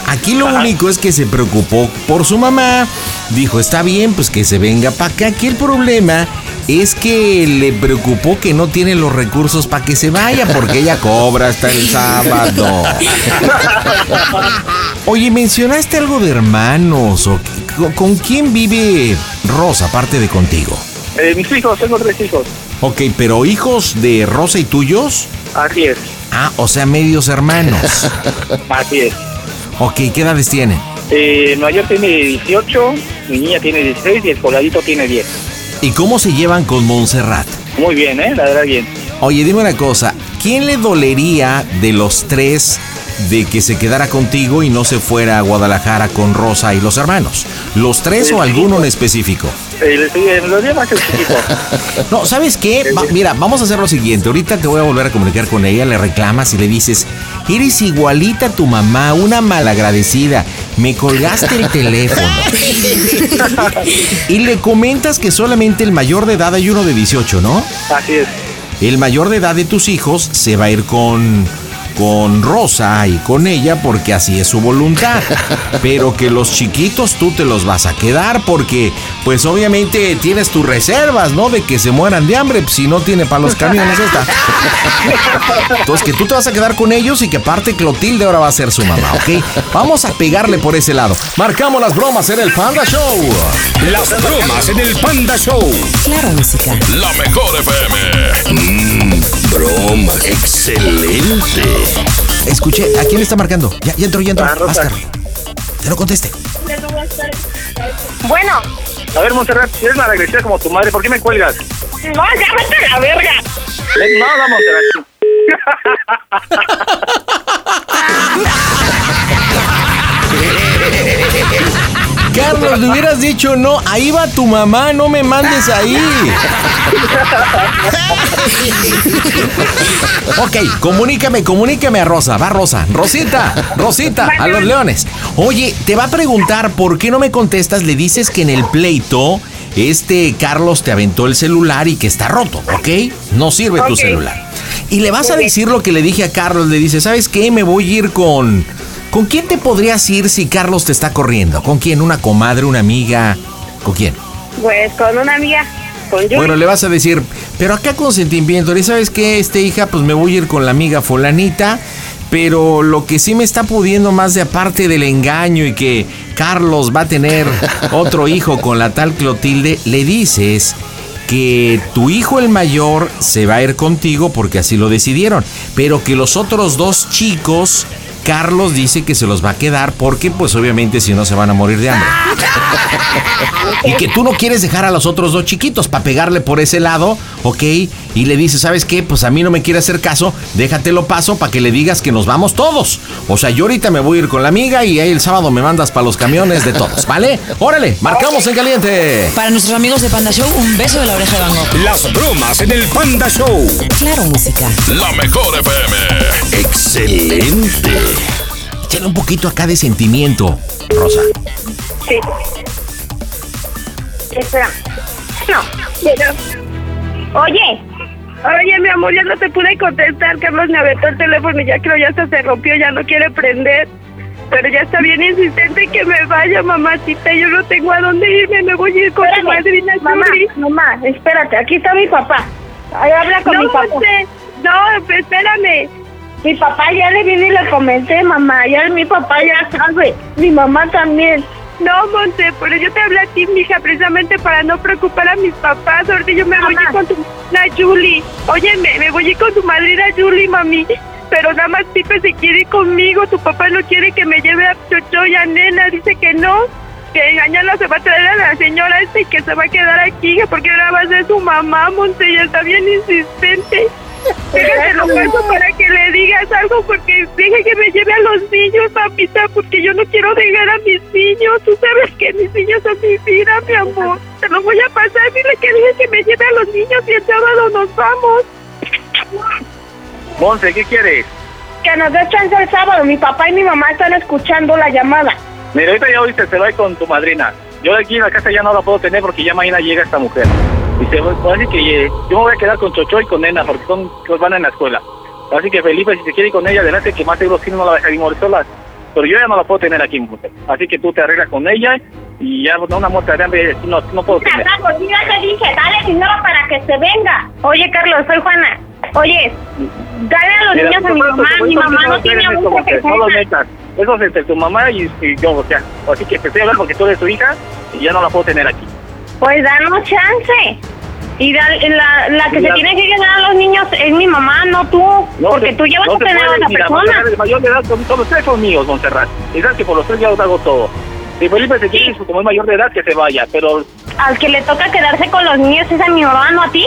S2: Aquí lo único es que se preocupó por su mamá. Dijo, está bien, pues que se venga para acá. Aquí el problema es que le preocupó que no tiene los recursos para que se vaya, porque ella cobra hasta el sábado. Oye, mencionaste algo de hermanos. ¿o qué? ¿Con- ¿Con quién vive Rosa, aparte de contigo?
S12: Eh, mis hijos, tengo tres hijos.
S2: Ok, pero hijos de Rosa y tuyos.
S12: Así es.
S2: Ah, o sea, medios hermanos.
S12: Así es.
S2: Ok, ¿qué edades tienen?
S12: Eh, mayor tiene 18, mi niña tiene 16 y el coladito tiene 10.
S2: ¿Y cómo se llevan con Montserrat?
S12: Muy bien, ¿eh? La verdad, bien.
S2: Oye, dime una cosa, ¿quién le dolería de los tres de que se quedara contigo y no se fuera a Guadalajara con Rosa y los hermanos? ¿Los tres
S12: Pues,
S2: o alguno en específico?
S7: eh,
S12: El, el, lo lleva que el chiquito.
S2: No, ¿sabes qué? Va- mira, vamos a hacer lo siguiente. Ahorita te voy a volver a comunicar con ella, le reclamas y le dices, eres igualita a tu mamá, una malagradecida. Me colgaste el teléfono. Y le comentas que solamente el mayor de edad hay uno de 18, ¿no?
S12: Así es.
S2: El mayor de edad de tus hijos se va a ir con con Rosa y con ella porque así es su voluntad. Pero que los chiquitos tú te los vas a quedar porque pues obviamente tienes tus reservas, ¿no? De que se mueran de hambre si no tiene para los camiones esta. Entonces que tú te vas a quedar con ellos y que aparte Clotilde ahora va a ser su mamá, ¿ok? Vamos a pegarle por ese lado. Marcamos las bromas en el Panda Show.
S5: Las bromas en el Panda Show.
S1: Claro, música.
S5: La mejor FM. broma. Excelente.
S2: Escuché, ¿a quién le está marcando? Ya, ya entró, ya entró. Vas, Carlos. Te lo conteste.
S10: Bueno,
S12: A ver, Montserrat, si eres malagradecida como tu madre, ¿por qué me cuelgas?
S10: no, ya vete a la verga.
S12: Eh, No, no, Montserrat.
S2: Carlos, le hubieras dicho no, ahí va tu mamá, no me mandes ahí. ok, comunícame, comunícame a Rosa, va Rosa, Rosita, Rosita, a los leones. Oye, te va a preguntar por qué no me contestas, le dices que en el pleito este Carlos te aventó el celular y que está roto, ¿ok? No sirve tu
S14: Ok.
S2: celular. Y le vas a decir lo que le dije a Carlos, le dice, ¿sabes qué? Me voy a ir con... ¿Con quién te podrías ir si Carlos te está corriendo? ¿Con quién? ¿Una comadre, una amiga? ¿Con quién?
S10: Pues con una amiga, con Yuri.
S2: Bueno, le vas a decir, pero acá consentimiento, ¿y sabes qué? Este hija, pues me voy a ir con la amiga fulanita, pero lo que sí me está pudiendo más de aparte del engaño y que Carlos va a tener otro hijo con la tal Clotilde, le dices que tu hijo el mayor se va a ir contigo porque así lo decidieron, pero que los otros dos chicos, Carlos dice que se los va a quedar porque pues obviamente si no se van a morir de hambre. Y que tú no quieres dejar a los otros dos chiquitos para pegarle por ese lado, ¿ok? Y le dices, ¿sabes qué? Pues a mí no me quiere hacer caso, déjatelo paso para que le digas que nos vamos todos. O sea, yo ahorita me voy a ir con la amiga y ahí el sábado me mandas para los camiones de todos, ¿vale? Órale, marcamos en caliente.
S1: Para nuestros amigos de Panda Show, un beso de la oreja de Van Gogh.
S5: Las bromas en el Panda Show.
S1: Claro, música.
S5: La mejor FM. Excelente.
S2: Échale un poquito acá de sentimiento, Rosa.
S10: Sí. Espera. No. Pero- Oye. Oye, mi amor, ya no te pude contestar. Carlos me aventó el teléfono y ya creo ya hasta se rompió, ya no quiere prender. Pero ya está bien insistente que me vaya, mamacita. Yo no tengo a dónde irme, me voy a ir con tu madrina. Mamá, mamá, espérate, aquí está mi papá. Ahí habla
S15: con mi papá.
S10: no, espérame. Mi papá ya le vine y le comenté, mamá. Ya mi papá ya sabe. Mi mamá también. No, Monte, pero yo te hablé a ti, mija, precisamente para no preocupar a mis papás. Ahorita yo me voy a ir con tu madrina Julie. Oye, me, me voy a ir con tu madrina Julie, mami. Pero nada más Pipe se quiere ir conmigo. Tu papá no quiere que me lleve a Chocho y a Nena. Dice que no. Que engañarla se va a traer a la señora esta y que se va a quedar aquí. Porque ahora va a ser su mamá, Monte. Y está bien insistente. Déjate lo paso para que le digas algo, porque deja que me lleve a los niños, papita, porque yo no quiero dejar a mis niños. Tú sabes que mis niños son mi vida, mi amor. Te lo voy a pasar, dile que deje que me lleve a los niños y el sábado nos vamos.
S12: Monse, ¿qué quieres?
S10: Que nos dé chance el sábado. Mi papá y mi mamá están escuchando la llamada.
S12: Mira, ahorita ya oíste, se va a ir con tu madrina. Yo de aquí en la casa ya no la puedo tener porque ya mañana llega esta mujer. Y se va, así que eh, yo me voy a quedar con Chocho y con Nena porque son, los van en la escuela. Así que Felipe, si se quiere ir con ella, adelante, que más seguro sí no la va a dejar ir morir sola. Pero yo ya no la puedo tener aquí, mujer. Así que tú te arreglas con ella y ya pues, no una muestra de hambre eh, no, no puedo tener.
S15: Carlos, mira, te dije, dale dinero para que se venga. Oye, Carlos, soy Juana. Oye, dale a los
S12: Mira,
S15: niños a
S12: tu
S15: mi
S12: mamá,
S15: mamá.
S12: tu
S15: Mi
S12: mamá
S15: mamá no
S12: no tiene
S15: tiene
S12: eso,
S15: mucho
S12: mujer,
S15: que
S12: No lo
S15: hacer.
S12: metas. Eso es entre tu mamá y, y yo, o sea. pues, Así que empecé a hablar porque tú eres su hija y ya no la puedo tener aquí.
S15: Pues danos chance.
S10: Y da- la, la que
S12: Y
S10: se
S12: la-
S10: tiene que ganar a los niños es mi mamá, no tú.
S12: No
S10: porque
S12: te-
S10: tú llevas
S12: no
S10: a
S12: te
S10: tener a
S12: puedes,
S10: la
S12: mira,
S10: persona.
S12: Montserrat, de mayor de edad, son, son los tres son míos, Montserrat. Y sabes que por los tres ya los hago todo. Si Felipe se quiere, como es mayor de edad, que se vaya. Pero,
S10: Al que le toca quedarse con los niños es a mi mamá, no a ti.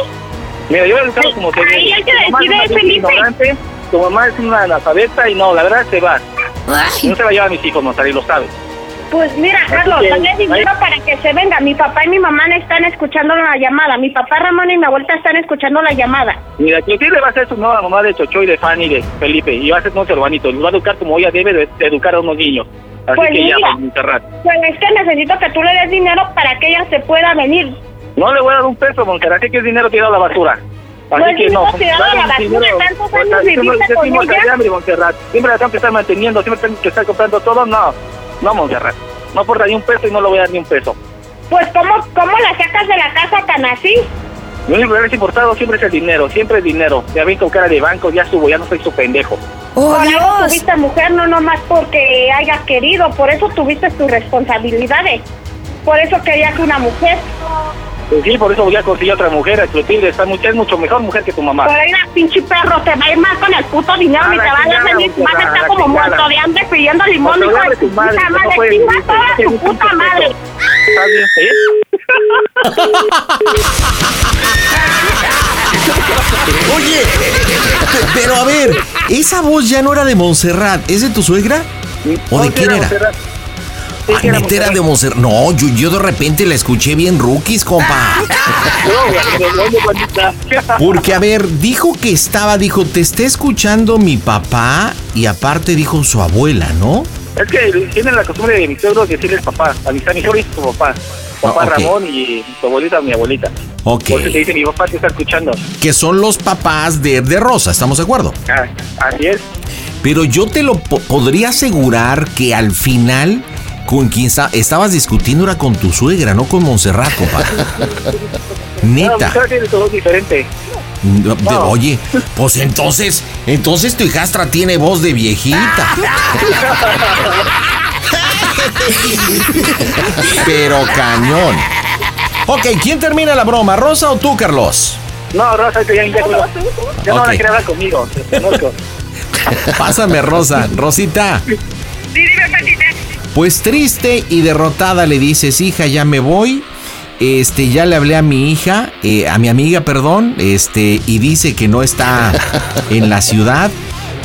S12: mira, yo he educado como te
S10: Ahí
S12: digo.
S10: el que
S12: Tu mamá
S10: decide
S12: es una
S10: es
S12: vieja
S10: Felipe.
S12: ignorante, Tu mamá es una analfabeta y no, la verdad se va. No se va a llevar a mis hijos, Montserrat, y lo sabes.
S10: Pues mira,
S12: Así
S10: Carlos,
S12: que,
S10: dale dinero para que se venga. Mi papá y mi mamá no están escuchando la llamada. Mi papá Ramón y mi abuelita están escuchando la llamada.
S12: Mira, quien sí le va a hacer su nueva mamá de Chocho y de Fanny y de Felipe. Y va a ser un servanito. Los va a educar como ella debe de, de educar a unos niños. Así
S10: Pues
S12: que ya,
S10: mira.
S12: pues, Montserrat.
S10: Pues es que necesito que tú le des dinero para que ella se pueda venir.
S12: No le voy a dar un peso, Montserrat. Así que es dinero tirado a la basura. Así
S10: Pues
S12: que
S10: dinero
S12: no.
S10: tirado a la
S12: dale Pues
S10: basura, tantos años
S12: Montserrat, siempre-
S10: viviste
S12: siempre
S10: con
S12: acá
S10: ella.
S12: hambre, Montserrat. Siempre la tengo que estar manteniendo. Siempre tengo que estar comprando todo. No, no, Montserrat. No aporta ni un peso y no le voy a dar ni un peso.
S10: Pues ¿cómo, cómo la sacas de la casa tan así?
S12: Lo único que me ha importado siempre es el dinero. Siempre el dinero. Ya ven con cara de banco. Ya subo. Ya no soy su pendejo.
S10: por algo tuviste mujer, no nomás porque hayas querido. Por eso tuviste tus responsabilidades. Por eso querías una mujer.
S12: Pues sí, por eso voy a conseguir otra mujer, a Clotilde, está mucho, es mucho mejor mujer que tu mamá.
S10: Por ahí la pinche perro se va a ir más con el puto dinero
S12: A
S10: ni
S12: la
S10: te va a
S12: chingada,
S10: venir. Vas a
S12: Montserrat, a
S10: estar
S12: la
S10: como
S12: chingada.
S10: muerto de hambre pidiendo limón. hijo de
S12: Montserrat, abre
S10: tu
S12: tu madre,
S10: puta madre,
S12: no
S10: chinga
S12: puedes vivir,
S10: toda
S12: no
S10: tu
S12: puedes
S10: puta
S12: vivir,
S10: madre.
S12: ¿Está bien? ¿Sí?
S2: Oye, pero a ver, esa voz ya no era de Montserrat, ¿es de tu suegra? ¿O de
S12: No,
S2: quién
S12: sí,
S2: era?
S12: Montserrat. Sí,
S2: Ah,
S12: sí, era
S2: neta era
S12: Montserrat.
S2: de Montserrat. No, yo, yo de repente la escuché bien rookies, compa.
S12: No, güey, pero bueno, bonita.
S2: Porque, a ver, dijo que estaba, dijo, te está escuchando mi papá y aparte dijo su abuela, ¿no?
S12: Es que tienen la costumbre de mis suegros decirles papá, a mis, a mis suegros y su papá. Papá
S2: Ah, ok.
S12: Ramón y tu abuelita, mi abuelita.
S2: Ok.
S12: Porque te dice mi papá te está escuchando.
S2: Que son los papás de, de Rosa, ¿estamos de acuerdo?
S12: Ah, así es.
S2: Pero yo te lo po- podría asegurar que al final con quien esta- estabas discutiendo era con tu suegra, no con Montserrat, compa.
S12: No,
S2: Neta.
S12: Montserrat tiene su voz diferente.
S2: No, de- Oye, pues entonces, entonces tu hijastra tiene voz de viejita. Pero cañón. Ok, ¿quién termina la broma, Rosa o tú, Carlos?
S12: No, Rosa, ahorita ya ya colgó. Ya no van a
S2: Ok.
S12: querer hablar conmigo. te conozco.
S2: Pásame, Rosa. Rosita. Pues triste y derrotada le dices, hija, ya me voy. Este, ya le hablé a mi hija, eh, a mi amiga, perdón, este, y dice que no está en la ciudad.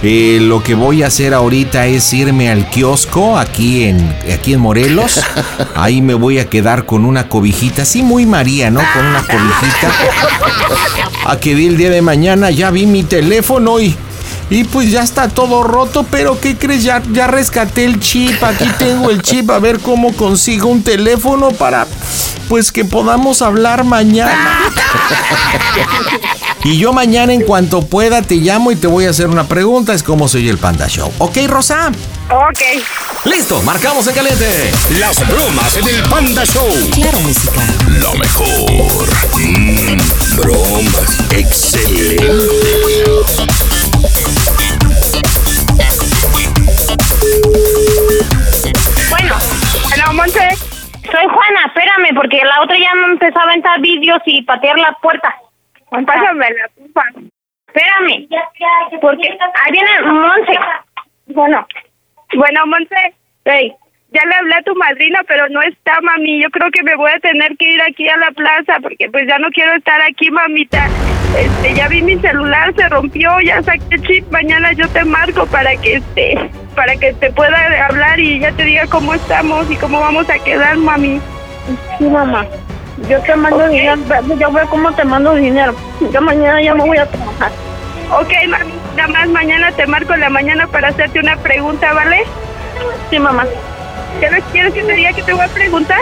S2: Eh, lo que voy a hacer ahorita es irme al kiosco aquí en, aquí en Morelos. Ahí me voy a quedar con una cobijita, sí, muy María, ¿no? Con una cobijita. A que vi el día de mañana, ya vi mi teléfono y. Y pues ya está todo roto, pero ¿qué crees? Ya, ya rescaté el chip, aquí tengo el chip, a ver cómo consigo un teléfono para pues que podamos hablar mañana. Y yo mañana en cuanto pueda te llamo y te voy a hacer una pregunta, es cómo soy el Panda Show. ¿Ok, Rosa?
S10: Ok.
S2: Listo, marcamos en caliente.
S5: Las bromas en el Panda Show.
S16: Claro, música.
S5: Lo mejor. Mm, bromas. Excelente.
S10: Bueno, bueno, Monte. Soy Juana, espérame, porque la otra ya me empezó a aventar vídeos y patear la puerta. Pásame la culpa. Espérame, porque ahí viene Monse. Bueno.
S3: Bueno, Monse, hey, ya le hablé a tu madrina, pero no está, mami. Yo creo que me voy a tener que ir aquí a la plaza porque pues ya no quiero estar aquí, mamita. Este, ya vi mi celular, se rompió, ya saqué el chip. Mañana yo te marco para que este, para que te pueda hablar y ya te diga cómo estamos y cómo vamos a quedar, mami.
S17: Sí, mamá. Yo te mando dinero. ve- Yo veo cómo te mando dinero. Yo mañana ya me voy a trabajar.
S3: Ok, mami, nada más mañana te marco en la mañana para hacerte una pregunta, ¿vale? Sí, mamá. ¿Quieres, quieres que te diga que te voy a preguntar?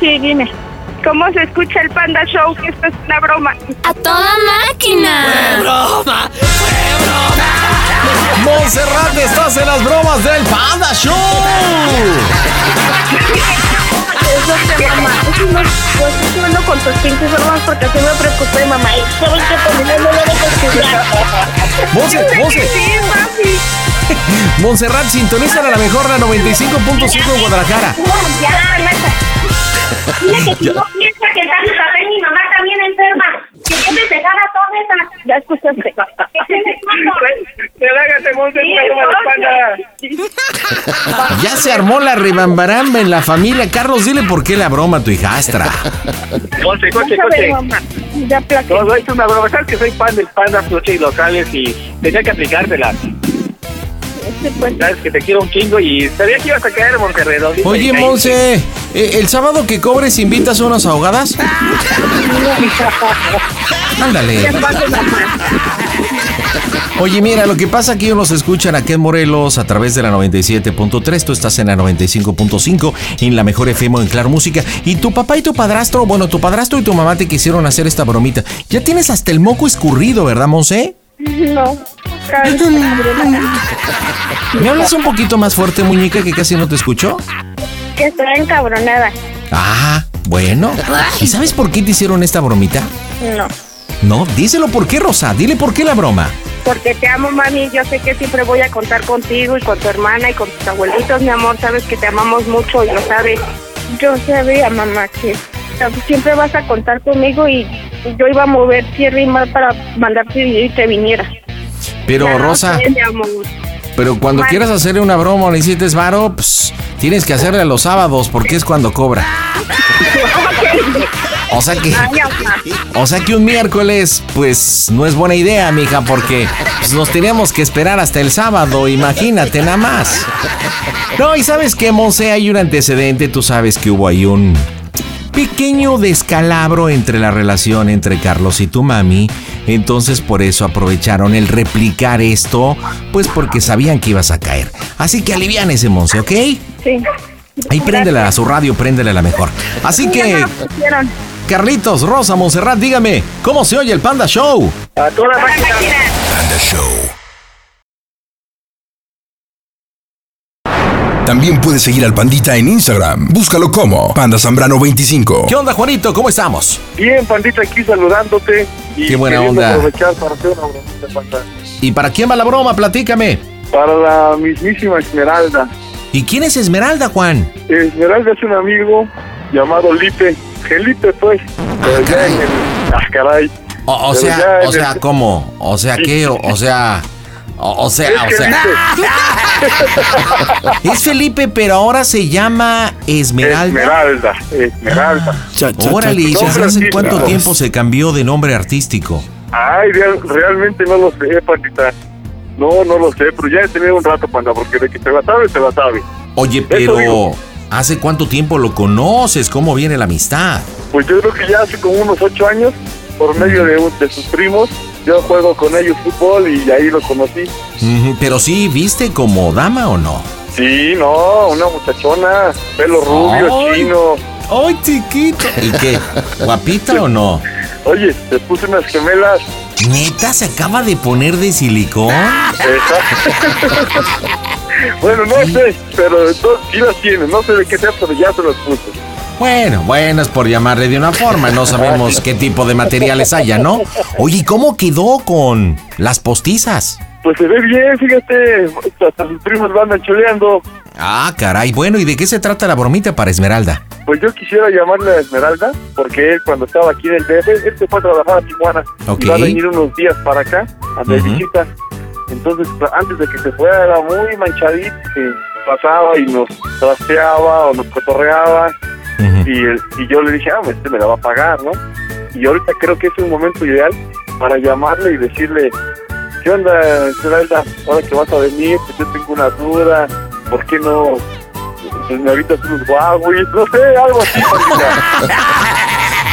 S3: Sí, dime. ¿Cómo se escucha el Panda Show? Que esto es una broma. ¡A toda máquina!
S18: broma!
S2: Monserrat, estás en las bromas del Panda Show.
S17: Eso te mamá. Eso no, pues estoy hablando con tus pinches bromas porque así me preocupé, mamá. Y sabes que también no lo voy a considerar.
S2: Monse, Monse. Montserrat, sintoniza a la mejor la 95.5 en Guadalajara.
S10: Ya la regresa. Dile que si
S2: Ya.
S10: no piensa que está su papel, mi mamá también enferma. ¿Dónde te gana toda esa? Ya escuchaste.
S7: Relájate, Monse,
S10: Sí,
S7: porque no me la espalda.
S2: Ya se armó la ribambaramba en la familia. Carlos, dile por qué la broma a tu hijastra.
S12: Coche, coche,
S7: Vamos a ver,
S12: coche.
S7: mamá.
S12: Todo esto es una broma. Sabes que soy fan del Panda Floche y locales y tenía que aplicártela.
S19: Este, pues,
S12: Sabes que te quiero un chingo y sabía que ibas a caer, Monterrey.
S2: Oye, Monse, ¿eh, ¿el sábado que cobres invitas unas ahogadas? Ándale. Oye, mira, lo que pasa aquí nos escuchan aquí en Morelos a través de la 97.3, tú estás en la 95.5, en la mejor FM o en Claro Música, y tu papá y tu padrastro, bueno, tu padrastro y tu mamá te quisieron hacer esta bromita. Ya tienes hasta el moco escurrido, ¿verdad, Monse?
S10: No.
S2: ¿Me hablas un poquito más fuerte, muñeca, que casi no te escucho?
S10: Que estoy encabronada.
S2: Ah, bueno. ¿Y sabes por qué te hicieron esta bromita?
S10: No.
S2: No, díselo por qué, Rosa, dile por qué la broma.
S10: Porque te amo, mami. Yo sé que siempre voy a contar contigo y con tu hermana y con tus abuelitos, mi amor. Sabes que te amamos mucho y lo sabes. Yo sabía, mamá, que siempre vas a contar conmigo y yo iba a mover tierra y mar para mandarte dinero y te viniera.
S2: Pero,
S10: Ya,
S2: Rosa,
S10: sí, mi amor.
S2: pero cuando
S10: Vale.
S2: quieras hacerle una broma o le hiciste varo, pues, tienes que hacerle a los sábados porque es cuando cobra. O sea que,
S10: Ay, mamá.
S2: o sea que un miércoles, pues no es buena idea, mija, porque pues, nos teníamos que esperar hasta el sábado, imagínate nada más. No, y sabes que, Monse, hay un antecedente, tú sabes que hubo ahí un pequeño descalabro entre la relación entre Carlos y tu mami. Entonces por eso aprovecharon el replicar esto, pues porque sabían que ibas a caer. Así que alivian ese Monse, ¿ok?
S10: Sí.
S2: Ahí préndela a su radio, préndela la mejor. Así que, Carlitos, Rosa, Monserrat, dígame, ¿cómo se oye el Panda Show?
S12: A toda máquina.
S5: Panda Show.
S6: También puedes seguir al Pandita en Instagram. Búscalo como Panda Zambrano 25.
S2: ¿Qué onda, Juanito? ¿Cómo estamos?
S7: Bien, Pandita, aquí saludándote. y
S2: Qué buena
S7: queriendo
S2: onda.
S7: aprovechar para hacer una bromita, Panda.
S2: ¿Y para quién va la broma? Platícame.
S7: Para la mismísima Esmeralda.
S2: ¿Y quién es Esmeralda, Juan?
S7: Esmeralda es un amigo llamado Lipe. Gelipe, pues. Pero ya en el... Ah, caray.
S2: O, o
S7: Pero
S2: sea,
S7: ya en este-
S2: o sea,
S7: el-
S2: ¿cómo? O sea, ¿qué? O, o sea, o, o sea, o
S7: Es
S2: sea. Es Felipe, pero ahora se llama Esmeralda. Ah,
S7: Esmeralda, Esmeralda.
S2: Órale, ¿y
S7: Nombre
S2: desde hace
S7: artístico.
S2: cuánto tiempo se cambió de nombre artístico?
S7: Ay, real- realmente no lo sé, Pandita. No, no lo sé, pero ya he tenido un rato, Panda, porque de que se la sabe, se la sabe.
S2: Oye, pero
S7: digo.
S2: ¿hace cuánto tiempo lo conoces? ¿Cómo viene la amistad?
S7: Pues yo creo que ya hace como unos ocho años, por medio de, un- de sus primos, yo juego con ellos fútbol y ahí lo conocí.
S2: Ujú, Pero sí, ¿viste como dama o no?
S7: Sí, no, una muchachona, pelo rubio,
S2: Ay.
S7: chino.
S2: ¡Ay, chiquito! ¿Y qué? ¿Guapita o no?
S7: Oye, te puse unas gemelas.
S2: ¿Neta se acaba de poner de silicón?
S7: Esa. bueno, no sé, pero entonces sí las tiene, no sé de qué sea, pero ya se las puse.
S2: Bueno, bueno, es por llamarle de una forma. No sabemos qué tipo de materiales haya, ¿no? Oye, ¿y cómo quedó con las postizas?
S7: Pues se ve bien, fíjate, hasta sus primos van ancholeando.
S2: Ah, caray. Bueno, ¿y de qué se trata la bromita para Esmeralda?
S7: Pues yo quisiera llamarle a Esmeralda, porque él cuando estaba aquí en el DF, él se fue a trabajar a Tijuana.
S2: Ok.
S7: Y va a venir unos días para acá, a de
S2: Ujú.
S7: visita. Entonces, pues, antes de que se fuera, era muy manchadito, que pasaba y nos trasteaba o nos cotorreaba. y, el- y yo le dije, ah, pues, este me la va a pagar, ¿no? Y ahorita creo que es un momento ideal para llamarle y decirle, ¿qué onda, Esmeralda? Ahora que vas a venir, pues yo tengo una duda, ¿por qué no pues, me habitas unos Huawei? No sé, algo así, pandita.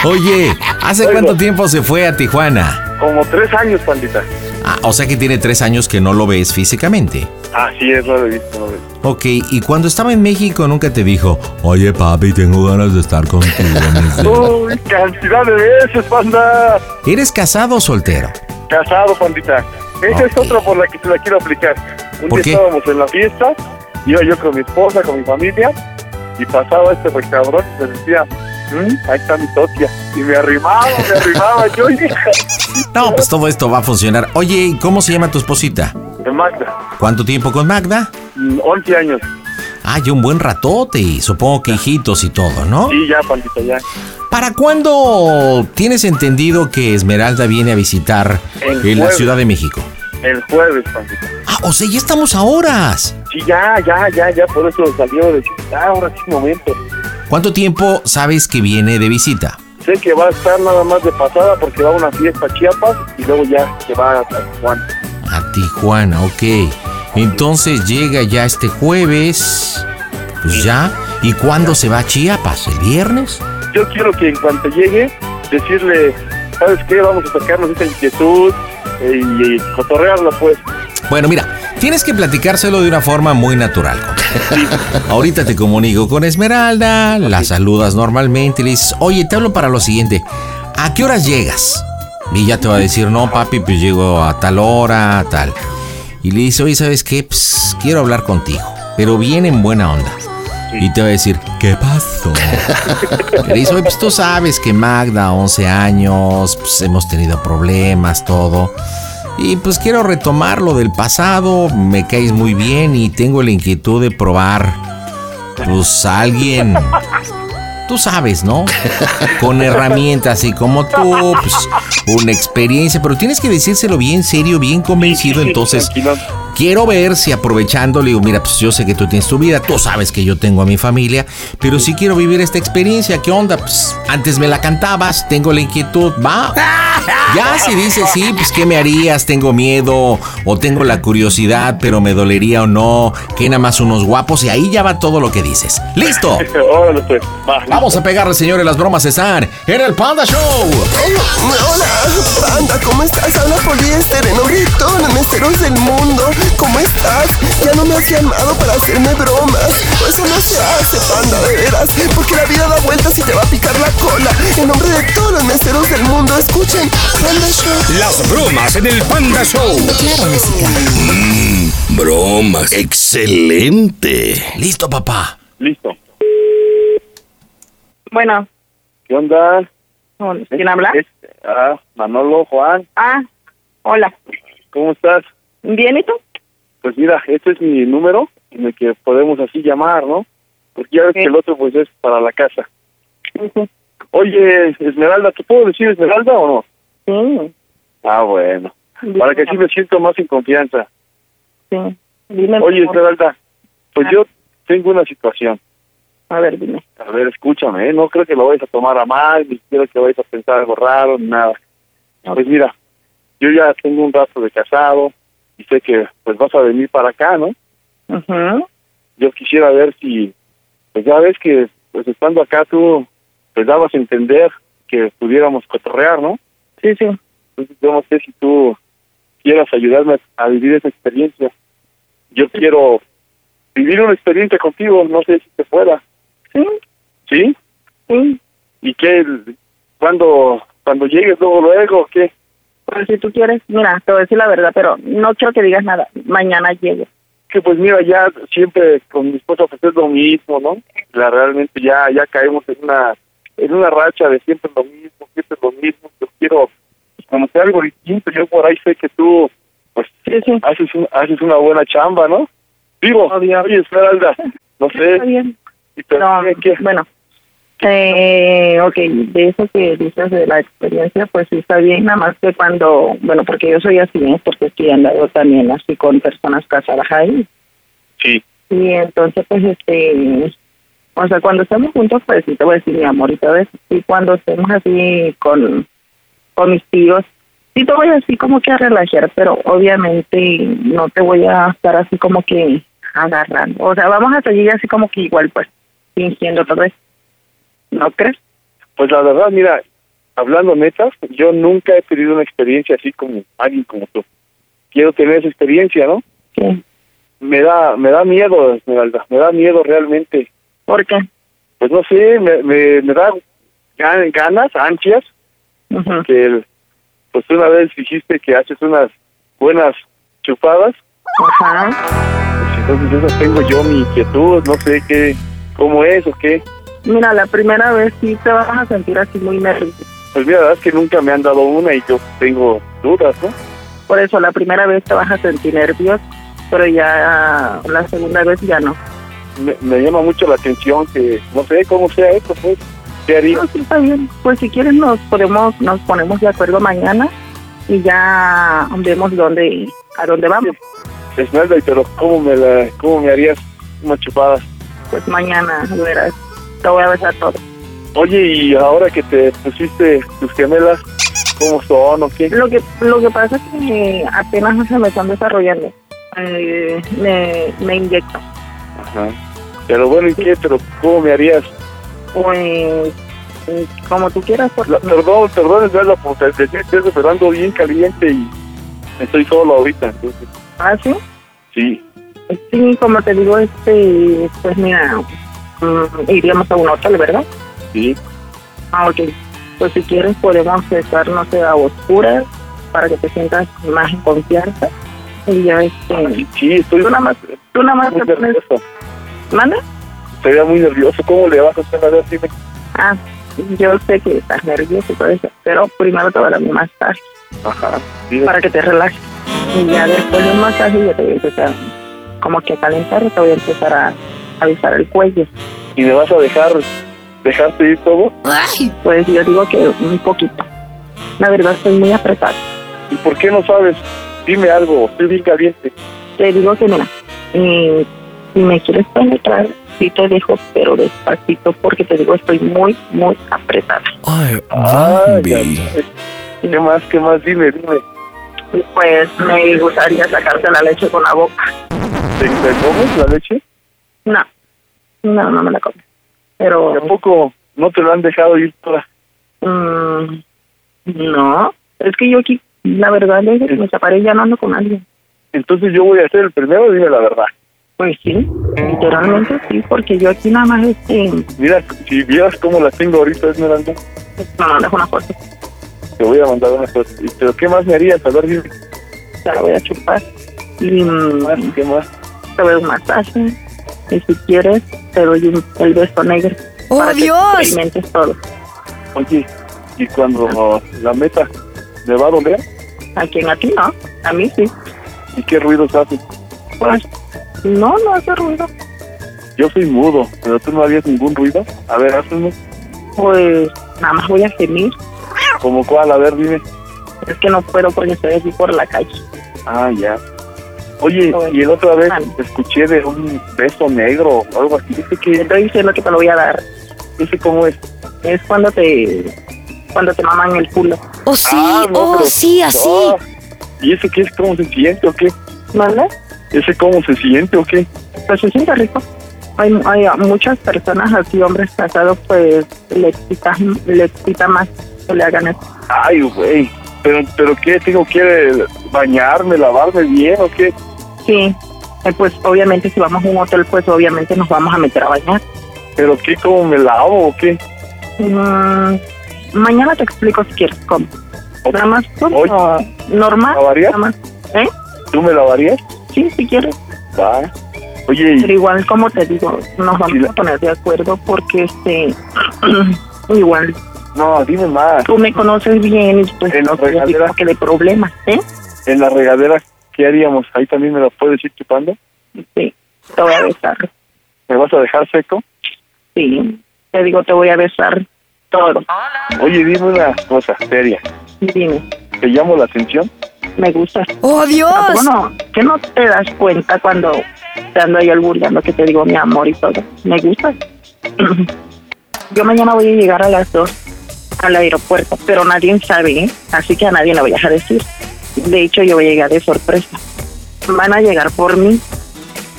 S2: Oye, ¿hace
S7: Oigo.
S2: cuánto tiempo se fue a Tijuana?
S7: Como tres años, pandita.
S2: Ah, o sea que tiene tres años que no lo ves físicamente.
S7: Así es, no lo he visto, no lo he visto.
S2: Ok, y cuando estaba en México nunca te dijo, oye papi, tengo ganas de estar contigo. mi cielo".
S7: ¡Uy, cantidad de veces, panda!
S2: ¿Eres casado o soltero?
S7: Casado, pandita. Esa es otra por la que se la quiero aplicar. Un
S2: ¿Por
S7: día
S2: qué?
S7: estábamos en la fiesta, iba yo con mi esposa, con mi familia, y pasaba este pues, cabrón y me decía, "Mm, ahí está mi socia. Y me arrimaba, me arrimaba yo, hija.
S2: No, pues todo esto va a funcionar. Oye, ¿y cómo se llama tu esposita?
S7: De Magda,
S2: ¿Cuánto tiempo con Magda?
S7: mm, 11 años.
S2: Ah, ya un buen ratote y supongo que hijitos y todo, ¿no?
S7: Sí, ya, pandita, ya.
S2: ¿Para cuándo tienes entendido que Esmeralda viene a visitar
S7: El
S2: en la
S7: jueves.
S2: Ciudad de México?
S7: El jueves, Pancita.
S2: Ah, o sea, ya estamos a horas.
S7: Sí, ya, ya, ya, ya, por eso salió de ah, ahora sí momento.
S2: ¿Cuánto tiempo sabes que viene de visita?
S7: Sé que va a estar nada más de pasada porque va a una fiesta a Chiapas y luego ya se va a San Juan.
S2: A Tijuana, ok. Entonces llega ya este jueves. Pues ya. ¿Y cuándo se va a Chiapas? ¿El viernes?
S7: Yo quiero que en cuanto llegue, decirle, ¿sabes qué? Vamos a sacarnos esta inquietud eh, y, y cotorrearla, pues.
S2: Bueno, mira, tienes que platicárselo de una forma muy natural. compadre. Ahorita te comunico con Esmeralda, la saludas normalmente y le dices, oye, te hablo para lo siguiente, ¿a qué horas llegas? Y ya te va a decir, no, papi, pues llego a tal hora, a tal. Y le dice, oye, ¿sabes qué? Pues, quiero hablar contigo, pero bien en buena onda. Y te va a decir, ¿qué pasó? Le dice, oye, pues tú sabes que Magda, 11 años, pues hemos tenido problemas, todo. Y pues quiero retomar lo del pasado, me caes muy bien y tengo la inquietud de probar, pues a alguien, tú sabes, ¿no? Con herramientas y como tú, pues una experiencia, pero tienes que decírselo bien serio, bien convencido, entonces quiero ver si aprovechando, le digo, mira, pues yo sé que tú tienes tu vida, tú sabes que yo tengo a mi familia, pero sí quiero vivir esta experiencia, ¿qué onda? Pues antes me la cantabas, tengo la inquietud, va. Ya si dices sí, pues ¿qué me harías? Tengo miedo o tengo la curiosidad, pero me dolería o no, que nada más unos guapos y ahí ya va todo lo que dices. ¡Listo!
S7: Órale, pues, va.
S2: Vamos a pegarle, señores, las bromas están en el Panda Show.
S14: Hola, panda, ¿cómo estás? Habla poliéster en grito, los meseros del mundo. ¿Cómo estás? Ya no me has llamado para hacerme bromas. Eso no se hace, panda, de veras. Porque la vida da vueltas y te va a picar la cola. En nombre de todos los meseros del mundo, escuchen. Panda Show.
S5: Las bromas en el Panda Show. Mm, bromas. Excelente.
S2: Listo, papá.
S7: Listo.
S18: Bueno,
S7: ¿Qué onda?
S18: ¿quién habla?
S7: Este, ah, Manolo, Juan,
S18: Ah, hola.
S7: ¿cómo estás?
S18: ¿Bien y tú?
S7: Pues mira, este es mi número en el que podemos así llamar, ¿no? Porque ya ves que el otro pues es para la casa. Oye, Esmeralda, ¿te puedo decir Esmeralda o
S18: no? Sí,
S7: Ah, bueno. Para que así me siento más en confianza.
S18: sí. Dime.
S7: Oye,
S18: por favor.
S7: Esmeralda, pues yo tengo una situación.
S18: A ver, dime.
S7: A ver, escúchame, ¿eh? no creo que lo vayas a tomar a mal, ni quiero que vayas a pensar algo raro, ni nada. Pues mira, yo ya tengo un rato de casado y sé que pues vas a venir para acá, ¿no?
S18: Ujú.
S7: Yo quisiera ver si, pues ya ves que pues estando acá tú, pues dabas a entender que pudiéramos cotorrear, ¿no?
S18: Sí, sí.
S7: Entonces yo no sé si tú quieras ayudarme a vivir esa experiencia. Yo quiero vivir una experiencia contigo, no sé si te pueda.
S18: Sí,
S7: ¿Sí?
S18: sí.
S7: ¿Y qué? ¿Cuándo, cuando llegues luego, luego, o qué?
S18: Pues si tú quieres, mira, te voy a decir la verdad, pero no quiero que digas nada. Mañana llego.
S7: Que pues mira, ya siempre con mi esposa pues es lo mismo, ¿no? La, realmente ya ya caemos en una en una racha de siempre lo mismo, siempre lo mismo. Yo quiero pues, conocer algo distinto. Yo por ahí sé que tú pues haces un- haces una buena chamba, ¿no? Digo, oye, Esmeralda, no sé.
S18: Está bien.
S7: y te-
S18: No,
S7: ¿qué?
S18: bueno. Eh, ok, de eso que dices de la experiencia, pues sí está bien, nada más que cuando, bueno, porque yo soy así, ¿eh? porque estoy andando también así con personas casadas ahí.
S7: Sí.
S18: Y entonces, pues, este, o sea, cuando estamos juntos, pues sí te voy a decir mi amor y todo eso. Y cuando estemos así con, con mis tíos, sí te voy así como que a relajar, pero obviamente no te voy a estar así como que agarrando. O sea, vamos a seguir así como que igual, pues, fingiendo otra vez. ¿No crees?
S7: Pues la verdad, mira, hablando netas, yo nunca he tenido una experiencia así como alguien como tú. Quiero tener esa experiencia, ¿no?
S18: Sí.
S7: Me da, me da miedo, Esmeralda, me da miedo realmente.
S18: ¿Por qué?
S7: Pues no sé, me, me, me da gan- ganas, ansias, que el- pues una vez dijiste que haces unas buenas chupadas,
S18: Ajá.
S7: pues entonces eso tengo yo mi inquietud, no sé qué, cómo es o qué.
S18: Mira, la primera vez sí te vas a sentir así muy nervioso.
S7: Pues mira, la verdad es que nunca me han dado una y yo tengo dudas, ¿no?
S18: Por eso, la primera vez te vas a sentir nervioso, pero ya ah, la segunda vez ya no.
S7: me, me llama mucho la atención que no sé cómo sea esto, pues. Jerry.
S18: No, sí, está bien. Pues si quieren nos podemos, nos ponemos de acuerdo mañana y ya vemos dónde, a dónde vamos.
S7: Esmeralda, pero ¿cómo me, la, cómo me harías una chupada?
S18: Pues mañana, verás, te voy a besar todo.
S7: Oye, y ahora que te pusiste tus gemelas, ¿cómo son o qué?
S18: Lo que, lo que pasa es que apenas se me están desarrollando. Eh, me, me inyecto.
S7: Ajá. Pero bueno, ¿y qué? ¿Pero cómo me harías?
S18: Pues como tú quieras. pues, Por...
S7: La- perdón, perdón, Esmeralda, por te decirte eso, pero ando bien caliente y estoy solo ahorita. Entonces,
S18: ¿Ah, sí?
S7: sí.
S18: Sí, como te digo, este, pues mira, mm, iríamos a un hotel, ¿verdad?
S7: Sí.
S18: Ah, ok. Pues si quieres podemos estar, no sé, a oscuras para que te sientas más en confianza. Y ya este...
S7: Sí, estoy...
S18: Tú nada más, tú nada más te pones... ¿Manda?
S7: Te veía muy nervioso. ¿Cómo le vas a hacer a ver? Dime.
S18: Ah, yo sé que estás nervioso y todo eso, pero primero te voy a dar mi masaje
S7: Ajá.
S18: para que te relajes. Y ya después del masaje ya te voy a empezar como que a calentar y te voy a empezar a avisar el cuello.
S7: ¿Y me vas a dejar dejarte ir todo?
S18: Pues yo digo que un poquito. La verdad estoy muy apretada.
S7: ¿Y por qué no sabes? Dime algo, estoy bien caliente.
S18: Te digo que mira, eh, si me quieres penetrar, sí te dejo, pero despacito porque te digo estoy muy, muy apretada.
S7: Ay, ¿Qué más? ¿Qué más? Dime, dime.
S18: Y pues me gustaría sacarte la leche con la boca.
S7: ¿Te, te comes la leche?
S18: No, no, no me la comes. Pero...
S7: ¿Tampoco no te lo han dejado ir toda?
S18: Mm, no, es que yo aquí, la verdad es que me separé y ya no ando con alguien.
S7: Entonces yo voy a ser el primero, dime la verdad.
S18: Pues sí, literalmente sí, porque yo aquí nada más este,
S7: Mira, si vieras cómo la tengo ahorita, Esmeralda,
S18: me mandas una foto,
S7: te voy a mandar una foto. ¿Y ¿Pero qué más me harías? A ver, dime.
S18: te la voy a chupar y mm,
S7: ¿Qué más?
S18: te voy a un masaje y si quieres te doy un, el beso negro.
S14: ¡Oh,
S18: para que
S14: Dios!
S18: experimentes todo.
S7: Oye, ¿y cuando la meta me va a doler?
S18: ¿A quién? ¿A ti no? A mí sí.
S7: ¿Y qué ruidos hace?
S18: Pues, no, no hace ruido.
S7: Yo soy mudo, pero tú no harías ningún ruido. A ver, haz uno.
S18: Pues nada más voy a gemir.
S7: ¿Como cuál? A ver, dime.
S18: Es que no puedo porque estoy así por la calle. eh.
S7: Ah, ya. Oye, y el otra vez escuché de un beso negro o algo así. Dice
S18: Te
S7: que,
S18: estoy diciendo que te lo voy a dar.
S7: dice cómo es.
S18: Es cuando te cuando te maman el culo.
S14: Oh, sí,
S7: Ah, no,
S14: oh,
S7: pero-
S14: sí, así.
S7: Ah, ¿Y ese qué es? ¿Cómo se siente o qué?
S18: ¿Vale?
S7: ¿Ese cómo se siente o qué?
S18: Pues se siente rico. Hay, hay muchas personas así, hombres casados, pues le excita, le excita más que le hagan eso.
S7: Ay, güey. ¿Pero, ¿Pero qué? ¿Tengo que bañarme, lavarme bien o qué?
S18: Sí. Eh, Pues obviamente si vamos a un hotel, pues obviamente nos vamos a meter a bañar.
S7: ¿Pero qué? ¿Cómo me lavo o qué?
S18: Mm, mañana te explico si quieres cómo.
S7: Ok.
S18: Nada más como
S7: Hoy.
S18: normal.
S7: ¿Lavarías?
S18: Nada más. ¿Eh?
S7: ¿Tú me lavarías?
S18: Sí, si quieres.
S7: Va. Oye,
S18: Pero
S7: y-
S18: igual, como te digo, nos
S7: Sí,
S18: vamos
S7: la-
S18: a poner de acuerdo porque este igual
S7: no, dime más.
S18: tú me conoces bien y pues
S7: En la
S18: no tengo
S7: regadera.
S18: tipo que de problemas, ¿eh?
S7: En la regadera, ¿qué haríamos? ¿Ahí también me la puedes ir chupando?
S18: Sí, te voy a besar.
S7: ¿Me vas a dejar seco?
S18: Sí, te digo, te voy a besar todo.
S7: Oye, dime una cosa seria.
S18: Dime,
S7: ¿Te llamo la atención?
S18: me gustas.
S14: ¡Oh, Dios!
S18: Bueno, que no te das cuenta cuando te ando yo albureando que te digo mi amor y todo. Me gusta. yo mañana voy a llegar a las dos al aeropuerto, pero nadie sabe, ¿eh? así que a nadie le voy a dejar decir. De hecho, yo voy a llegar de sorpresa. Van a llegar por mí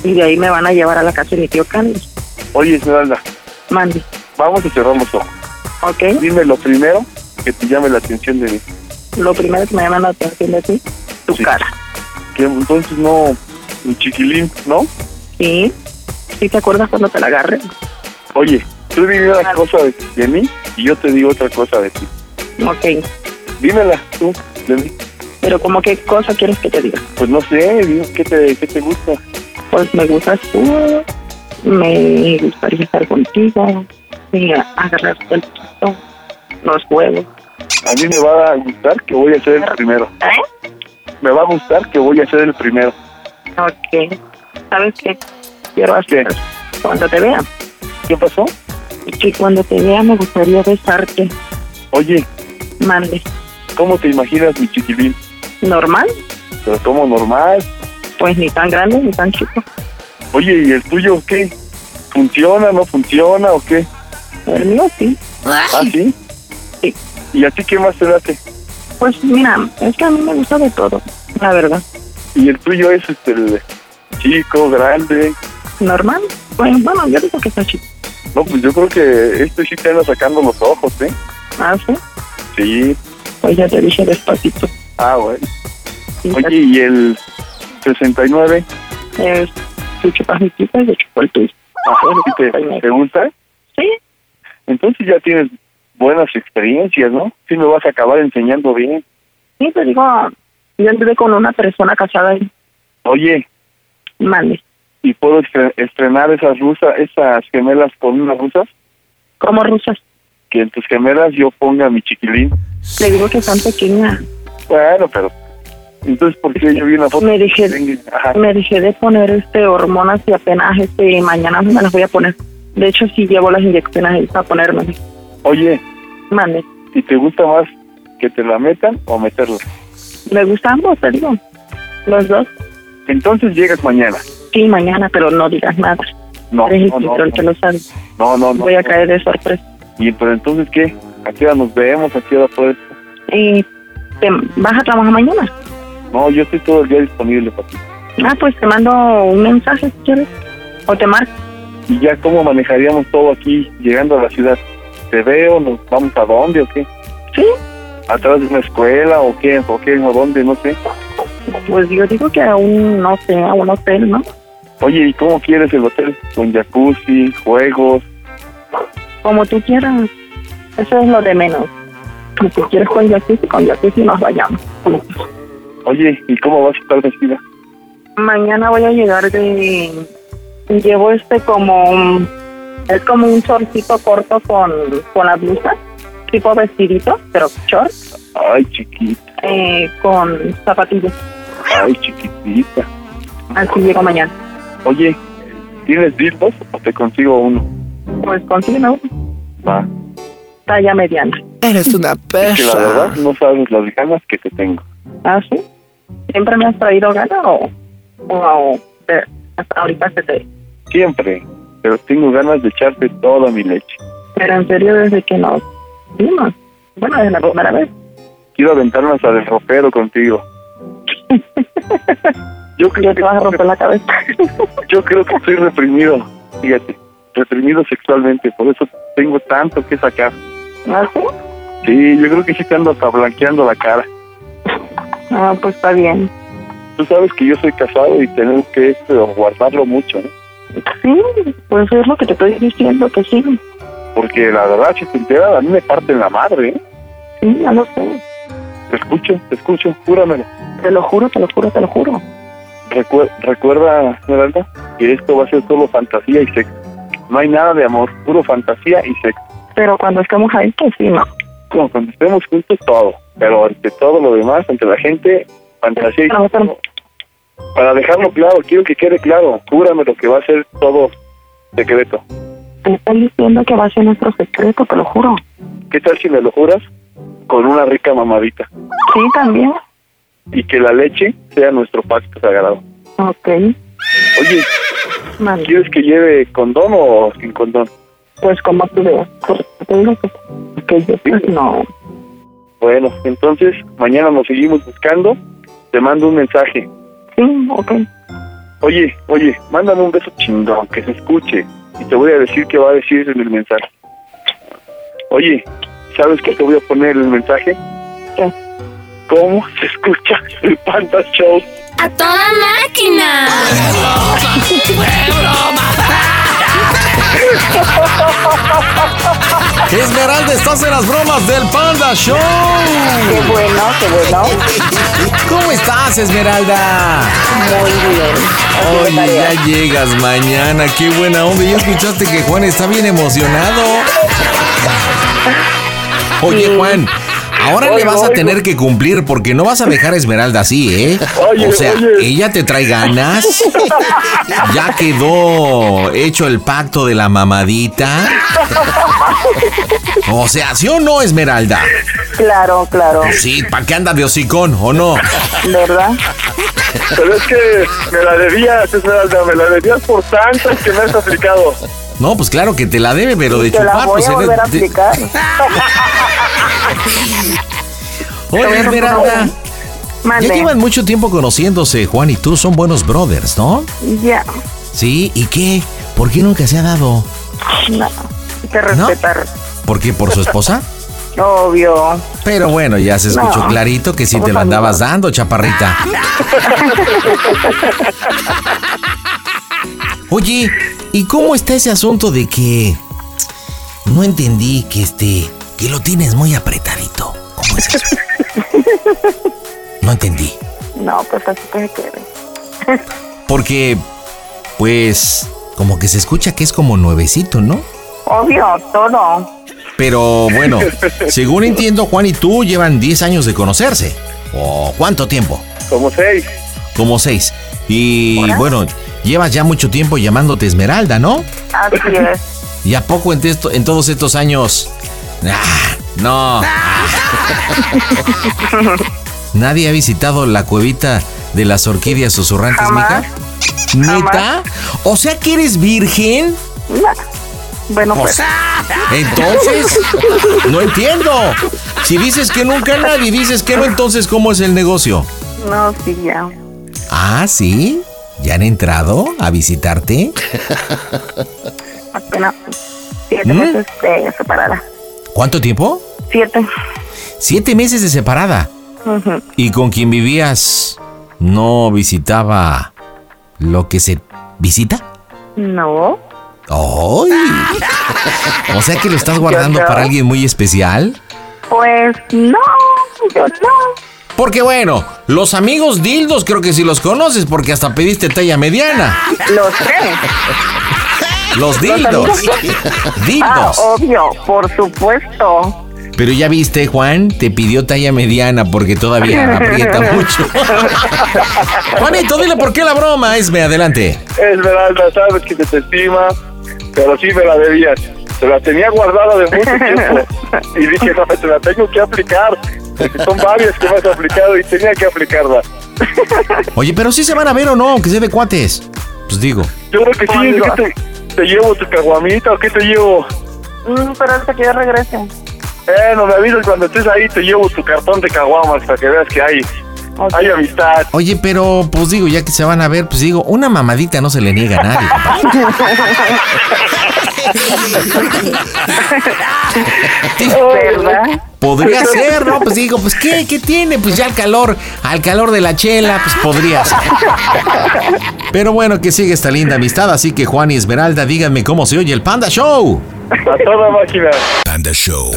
S18: y de ahí me van a llevar a la casa de mi tío Carlos.
S7: Oye, Esmeralda,
S18: Mandy,
S7: vamos y cerramos ojos.
S18: ¿ok?
S7: Dime lo primero que te llame la atención de mí.
S18: Lo primero que me llama la atención de ti, tu
S7: Sí.
S18: cara.
S7: Que entonces no, un chiquilín, ¿no?
S18: ¿Sí? ¿Sí te acuerdas cuando te la agarré?
S7: Oye, tú dime una cosa de, de mí y yo te digo otra cosa de ti.
S18: Ok,
S7: Dímela tú de mí.
S18: pero como qué cosa quieres que te diga?
S7: Pues no sé, dime qué te, qué te gusta.
S18: pues me gustas tú, me gustaría estar contigo, y agarrarte el pito, los huevos.
S7: A mí me va a gustar que voy a ser el primero.
S18: ¿Eh?
S7: Me va a gustar que voy a ser el primero.
S18: Ok. ¿Sabes qué? Quiero hacer Pues, cuando te vea.
S7: ¿Qué pasó?
S18: que cuando te vea me gustaría besarte.
S7: Oye,
S18: Mande.
S7: ¿cómo te imaginas mi chiquilín?
S18: ¿Normal?
S7: Pero como normal.
S18: Pues ni tan grande ni tan chico.
S7: Oye, ¿y el tuyo qué? ¿Funciona, no funciona o qué?
S18: El mío sí.
S7: ¿Ah, sí?
S18: Sí.
S7: ¿Y a ti qué más te late?
S18: Pues mira, es que a mí me gusta de todo, la verdad.
S7: ¿Y el tuyo es este, el chico, grande?
S18: ¿Normal? Pues bueno, yo digo que está chico.
S7: No, pues yo creo que este sí te anda sacando los ojos, ¿eh?
S18: ¿Ah, sí?
S7: Sí.
S18: Pues ya te dije despacito.
S7: Ah, bueno. Oye, ¿y el 69?
S18: Es, tú chupas mi pipa y yo chupo el tuyo.
S7: Ah, bueno, ¿y te, te gusta?
S18: Pues, Sí.
S7: Entonces ya tienes buenas experiencias, ¿no? Sí me vas a acabar enseñando bien.
S18: Sí, te digo, yo anduve con una persona casada y
S7: Oye,
S18: mande.
S7: ¿y puedo estre- estrenar esas rusas, esas gemelas con unas rusas?
S18: ¿Cómo rusas?
S7: Que en tus gemelas yo ponga mi chiquilín.
S18: Le digo que tan pequeña.
S7: Bueno, pero... Entonces, ¿por qué yo vi una foto?
S18: Me dejé,
S7: Ajá.
S18: me dejé de poner este hormonas y apenas este mañana me las voy a poner. De hecho, sí llevo las inyecciones ahí para ponerme.
S7: Oye,
S18: Mande.
S7: ¿y te gusta más que te la metan o meterla?
S18: Me gustan ambos, te digo. Los dos.
S7: Entonces llegas mañana.
S18: Sí, mañana, pero no digas nada.
S7: No,
S18: Eres el
S7: no, no,
S18: control
S7: no.
S18: que lo sabe.
S7: No, no, no.
S18: Voy a caer de sorpresa.
S7: ¿Y pero entonces qué? ¿A qué hora nos vemos? ¿A qué hora puedes?
S18: ¿Y te vas a trabajar mañana?
S7: No, yo estoy todo el día disponible para ti.
S18: Ah, pues te mando un mensaje si quieres. O te marco.
S7: ¿Y ya cómo manejaríamos todo aquí llegando a la ciudad? ¿Te veo? ¿Nos vamos a dónde o qué?
S18: Sí.
S7: ¿Atrás de una escuela o qué? ¿O qué? ¿O dónde? No sé.
S18: Pues yo digo que a un, no sé, a un hotel, ¿no?
S7: Oye, ¿y cómo quieres el hotel? ¿Con jacuzzi, juegos?
S18: Como tú quieras. Eso es lo de menos. Si tú quieres con jacuzzi, con jacuzzi nos vayamos.
S7: Oye, ¿y cómo vas a estar vestida?
S18: Mañana voy a llegar de... Llevo este como... un- Es como un shortcito corto con, con la blusa. Tipo vestidito, pero short.
S7: Ay, chiquita,
S18: eh, con zapatillas.
S7: ay, chiquitita.
S18: Así llego mañana.
S7: Oye, ¿tienes dildos o te consigo uno?
S18: Pues consigue una
S7: Va.
S18: talla mediana.
S20: Eres una
S7: Es que la verdad no sabes las ganas que te tengo.
S18: ¿Ah, sí? ¿Siempre me has traído gana o, o, o- te- hasta ahorita se te...
S7: Siempre. Pero tengo ganas de echarte toda mi leche.
S18: Pero en serio, desde que nos vimos. Bueno, desde la primera vez.
S7: Quiero aventarme hasta del ropero contigo. Yo creo
S18: Ya te vas a romper la cabeza.
S7: Yo creo que estoy reprimido. Fíjate, reprimido sexualmente. Por eso tengo tanto que sacar.
S18: ¿Ah, sí?
S7: Sí, yo creo que sí te ando hasta blanqueando la cara.
S18: Ah, pues está bien.
S7: Tú sabes que yo soy casado y tenemos que este, guardarlo mucho, ¿no?
S18: Sí, pues es lo que te estoy diciendo, que sí.
S7: Porque la verdad, si te enteras, a mí me parten la madre, ¿eh?
S18: Sí, ya lo sé.
S7: Te escucho, te escucho, júramelo.
S18: Te lo juro, te lo juro, te lo juro.
S7: Recuer- recuerda, Esmeralda, que esto va a ser solo fantasía y sexo. No hay nada de amor, puro fantasía y sexo.
S18: Pero cuando estemos ahí, pues sí, no.
S7: Como cuando estemos juntos, todo. Pero ante todo lo demás, ante la gente, fantasía y
S18: Pero,
S7: sexo. Para dejarlo claro, quiero que quede claro. Júramelo que va a ser todo secreto.
S18: Te estoy diciendo que va a ser nuestro secreto, te lo juro.
S7: ¿Qué tal si me lo juras? Con una rica mamadita.
S18: Sí, también.
S7: Y que la leche sea nuestro pacto sagrado.
S18: Ok,
S7: Oye,
S18: vale.
S7: ¿quieres que lleve condón o sin condón?
S18: Pues como tú veas, porque te digo que, que yo pues no.
S7: Bueno, entonces mañana nos seguimos buscando. Te mando un mensaje.
S18: Sí, ok.
S7: Oye, oye, mándame un beso chingón, que se escuche. Y te voy a decir qué va a decir en el mensaje. Oye, ¿sabes qué te voy a poner en el mensaje?
S18: ¿Qué?
S7: ¿Cómo se escucha el Panda Show?
S21: A toda máquina.
S2: Esmeralda, estás en las bromas del Panda Show.
S18: Qué bueno, qué bueno.
S2: ¿Cómo estás, Esmeralda?
S18: Muy bien. Así de
S2: Oye,
S18: tarea.
S2: ya llegas mañana. Qué buena onda. Ya escuchaste que Juan está bien emocionado. Oye, Juan, Ahora le vas a tener que cumplir porque no vas a dejar a Esmeralda así, ¿eh? O sea, ella te trae ganas. Ya quedó hecho el pacto de la mamadita. O sea, ¿sí o no, Esmeralda?
S19: Claro, claro.
S2: Pues sí, ¿para qué anda de hocicón o no?
S19: ¿Verdad?
S7: Pero es que me la debías, Esmeralda, me la debías por tantas que me has aplicado.
S2: No, pues claro que te la debe, pero de
S19: Te la
S2: chupar,
S19: voy
S2: pues
S19: a
S2: eres-
S19: volver a
S2: de-
S19: aplicar.
S2: Oye, Esmeralda. Ya
S19: Mande.
S2: llevan mucho tiempo conociéndose, Juan y tú son buenos brothers, ¿no?
S19: Ya.
S2: Sí, ¿y qué? ¿Por qué nunca se ha dado?
S19: No. Te respetar.
S2: ¿Por qué? ¿Por su esposa?
S19: Obvio.
S2: Pero bueno, ya se escuchó
S19: No.
S2: clarito que sí te lo andabas dando, chaparrita. Oye, ¿y cómo está ese asunto de que no entendí que este que lo tienes muy apretadito? ¿Cómo es eso? No entendí.
S19: No, pues así que se quede.
S2: Porque pues como que se escucha que es como nuevecito, ¿no?
S19: Obvio, todo.
S2: Pero bueno, según entiendo, Juan y tú llevan 10 años de conocerse. ¿O cuánto tiempo?
S7: Como seis.
S2: Como seis. Y bueno, llevas ya mucho tiempo llamándote Esmeralda, ¿no?
S19: Así es.
S2: ¿Y a poco en, testo- en todos estos años? Ah, no. ¿Nadie ha visitado la cuevita de las orquídeas susurrantes,
S19: Jamás.
S2: mija? ¿Neta? O sea que eres virgen.
S19: No. Bueno, pues.
S2: Entonces, no entiendo. Si dices que nunca nadie, dices que no, entonces ¿cómo es el negocio?
S19: No, sí, ya.
S2: Ah, sí. ¿Ya han entrado a visitarte?
S19: Apenas siete meses de separada.
S2: ¿Mm? ¿Cuánto tiempo?
S19: Siete.
S2: Siete meses de separada.
S19: Ujú.
S2: ¿Y con quien vivías no visitaba lo que se visita?
S19: No.
S2: ¡Ay! O sea que lo estás guardando para alguien muy especial.
S19: Pues no. Yo no.
S2: Porque bueno, los amigos dildos creo que sí los conoces porque hasta pediste talla mediana.
S19: Los tres.
S2: Los
S19: amigos
S2: dildos.
S19: Ah,
S2: Dildos.
S19: obvio, por supuesto.
S2: Pero ya viste, Juan, te pidió talla mediana porque todavía aprieta mucho. Juanito, dile por qué la broma, Esme, adelante.
S7: Esmeralda, sabes que se te estima, pero sí me la debías. Te la tenía guardada de mucho tiempo. Y dije, no, te la tengo que aplicar. Porque son varias que me has aplicado y tenía que aplicarla.
S2: Oye, pero sí se van a ver o no, aunque sea de cuates. Pues digo.
S7: Yo creo que sí, ¿qué te, te llevo tu caguamita o qué te llevo?
S19: Mm, pero hasta que yo regrese.
S7: Eh, no me avisas cuando estés ahí, te llevo tu cartón de caguamas para que veas que hay, hay amistad.
S2: Oye, pero pues digo, ya que se van a ver, pues digo, una mamadita no se le niega a nadie. papá.
S19: ¿Verdad?
S2: Podría ser, ¿no? Pues digo, pues ¿qué? ¿Qué tiene? Pues ya al calor, al calor de la chela, pues podría ser. Pero bueno, que sigue esta linda amistad, así que Juan y Esmeralda, díganme cómo se oye el Panda Show.
S7: A toda máquina.
S6: Panda Show.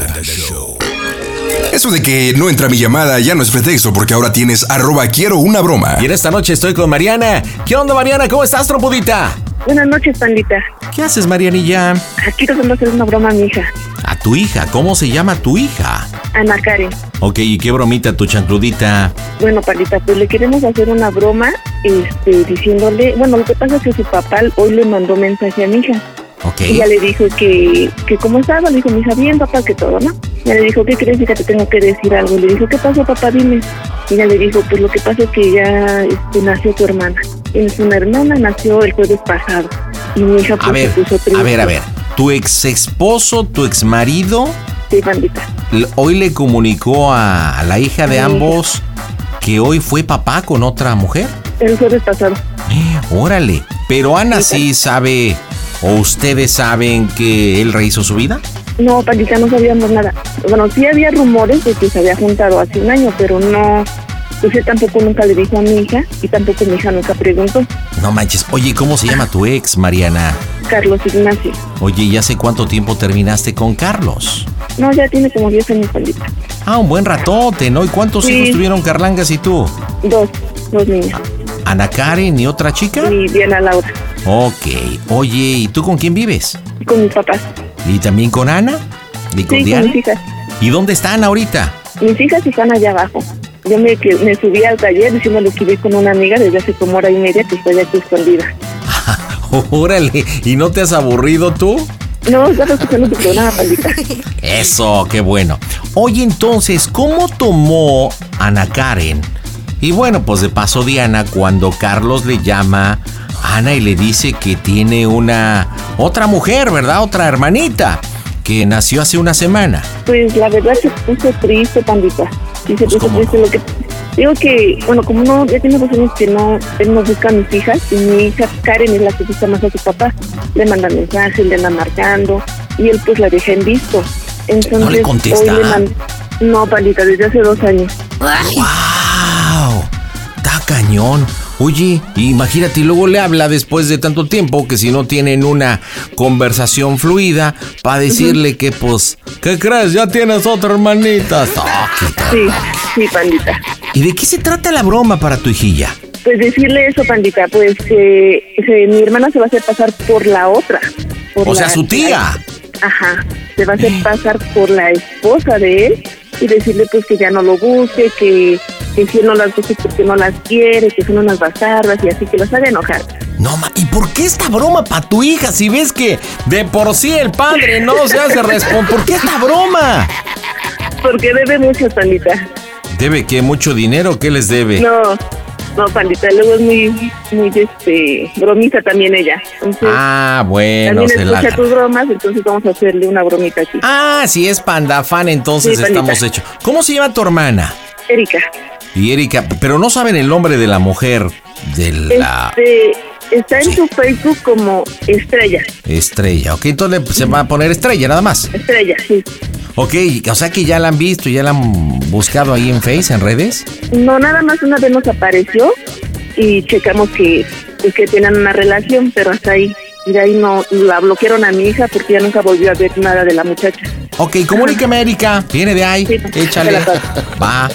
S6: Eso de que no entra mi llamada ya no es pretexto porque ahora tienes arroba quiero una broma.
S2: Y en esta noche estoy con Mariana. ¿Qué onda, Mariana? ¿Cómo estás, trompudita?
S18: Buenas noches, pandita.
S2: ¿Qué haces, Marianilla?
S18: Aquí tratando de hacer una broma a mi hija,
S2: A tu hija, ¿cómo se llama tu hija?
S18: Ana Karen.
S2: Ok, ¿y qué bromita tu chancludita?
S18: Bueno, pandita, pues le queremos hacer una broma este, diciéndole... Bueno, lo que pasa es que su papá hoy le mandó mensaje a mi hija.
S2: Ok.
S18: Ella le dijo que, que cómo estaba. Le dijo, mi hija, bien, papá, que todo, ¿no? Ella le dijo, ¿qué crees, hija? Te tengo que decir algo. Le dijo, ¿qué pasó, papá? Dime. Ella le dijo, pues lo que pasa es que ya este, nació tu hermana. Es una hermana, nació el jueves pasado. Y mi hija pues,
S2: A ver,
S18: se puso triste.
S2: a ver, a ver. Tu ex esposo, tu ex marido,
S18: Sí, pandita.
S2: hoy le comunicó a, a la hija de ambos que hoy fue papá con otra mujer.
S18: El jueves pasado.
S2: Órale. Pero Ana sí sabe, o ustedes saben que él rehizo su vida.
S18: No, pandita, no sabíamos nada. Bueno, sí había rumores de que se había juntado hace un año, pero no. Pues él tampoco nunca le dijo a mi hija y tampoco mi hija nunca preguntó.
S2: No manches. Oye, ¿cómo se llama tu ex, Mariana?
S18: Carlos Ignacio.
S2: Oye, ¿y hace cuánto tiempo terminaste con Carlos?
S18: No, ya tiene como 10 años, pandita.
S2: Ah, un buen ratote, ¿no? ¿Y cuántos
S18: Sí.
S2: hijos tuvieron Carlangas y tú?
S18: Dos, dos niñas.
S2: ¿Ana Karen y otra chica?
S18: Y Diana Laura,
S2: Ok. Oye, ¿y tú con quién vives?
S18: con mis papás.
S2: ¿Y también con Ana? ¿Y con
S18: Sí, con
S2: Diana?
S18: mis hijas.
S2: ¿Y dónde están ahorita?
S18: mis hijas están allá abajo. Yo me, que- me subí al taller diciéndole que iba con una amiga desde hace como hora y media que estoy aquí escondida.
S2: Órale, ¿y no te has aburrido tú?
S18: No, estaba escuchando tu programa, pandita.
S2: Eso, qué bueno. Oye, entonces, ¿cómo tomó Ana Karen? Y bueno, pues de paso Diana, cuando Carlos le llama a Ana y le dice que tiene una otra mujer, ¿verdad? Otra hermanita que nació hace una semana.
S18: Pues la verdad se puso triste, pandita. Sí,
S2: Pues,
S18: se puso triste lo que... Digo que, bueno, como no, ya tiene dos años que no, él no busca a mis hijas y mi hija Karen es la que busca más a su papá. Le manda mensajes, le anda marcando y él pues la deja en visto. Entonces,
S2: ¿No le contesta?
S18: hoy le man- No, pandita, desde hace dos años.
S2: ¡Wow! ¡Está cañón! Oye, imagínate, y luego le habla después de tanto tiempo que si no tienen una conversación fluida para decirle que pues, ¿qué crees? Ya tienes otra hermanita. Ah, qué tal.
S18: Sí, sí, pandita.
S2: ¿Y de qué se trata la broma para tu hijilla?
S18: Pues decirle eso, pandita, pues que que mi hermana se va a hacer pasar por la otra. por
S2: O sea,
S18: la-
S2: su tía. Eh.
S18: Ajá, se va a hacer pasar por la esposa de él y decirle pues que ya no lo busque, que, que si él no las busca es porque no las quiere, que son unas bastardas y así que las haga enojar.
S2: No, ma, ¿y por qué esta broma para tu hija si ves que de por sí el padre no se hace responsable? Pues, ¿Por qué esta broma?
S18: Porque debe mucho, pandita.
S2: ¿Debe que mucho dinero? ¿Qué les debe?
S18: No, no, pandita, luego es muy, muy, este, bromita también ella. Entonces,
S2: Ah, bueno,
S18: también
S2: se la...
S18: escucha tus bromas, entonces vamos a hacerle una bromita aquí.
S2: Ah, si es panda fan, entonces
S18: Sí, pandita.
S2: estamos hechos. ¿Cómo se llama tu hermana?
S18: Erika,
S2: Y Erika, pero no saben el nombre de la mujer de la
S18: este, está en su Facebook como Estrella,
S2: estrella, ¿ok? Entonces le- se va a poner estrella nada más.
S18: Estrella, sí.
S2: Ok, o sea que ya la han visto, ya la han buscado ahí en Face, en redes.
S18: No, nada más una vez nos apareció y checamos que, pues, que tenían una relación, pero hasta ahí. Y de ahí no la bloquearon a mi hija porque ya nunca volvió a ver nada de la muchacha.
S2: Ok, comunícame, Erika. Viene de ahí. Échale. Va.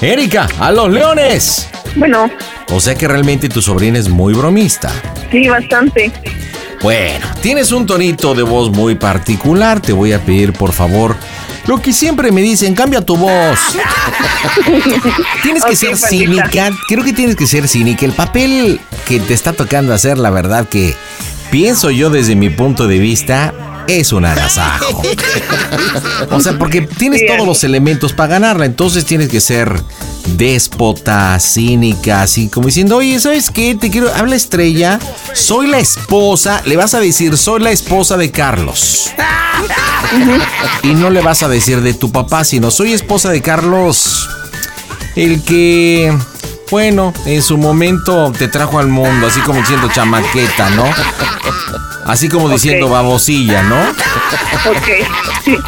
S2: Erika, a los leones.
S18: Bueno,
S2: O sea que realmente tu sobrina es muy bromista.
S18: sí, bastante.
S2: Bueno, tienes un tonito de voz muy particular. Te voy a pedir, por favor, lo que siempre me dicen, cambia tu voz. tienes que
S22: Ok,
S2: ser
S22: pandita.
S2: cínica. Creo que tienes que ser cínica. El papel que te está tocando hacer, la verdad que pienso yo desde mi punto de vista, es un agasajo. O sea, porque tienes todos los elementos para ganarla, entonces tienes que ser déspota, cínica, así como diciendo, oye, ¿sabes qué? Te quiero, habla estrella, soy la esposa, le vas a decir, soy la esposa de Carlos. Y no le vas a decir de tu papá, sino, soy esposa de Carlos, el que, bueno, en su momento te trajo al mundo, así como diciendo chamaqueta, ¿no? Así como diciendo babosilla, ¿no?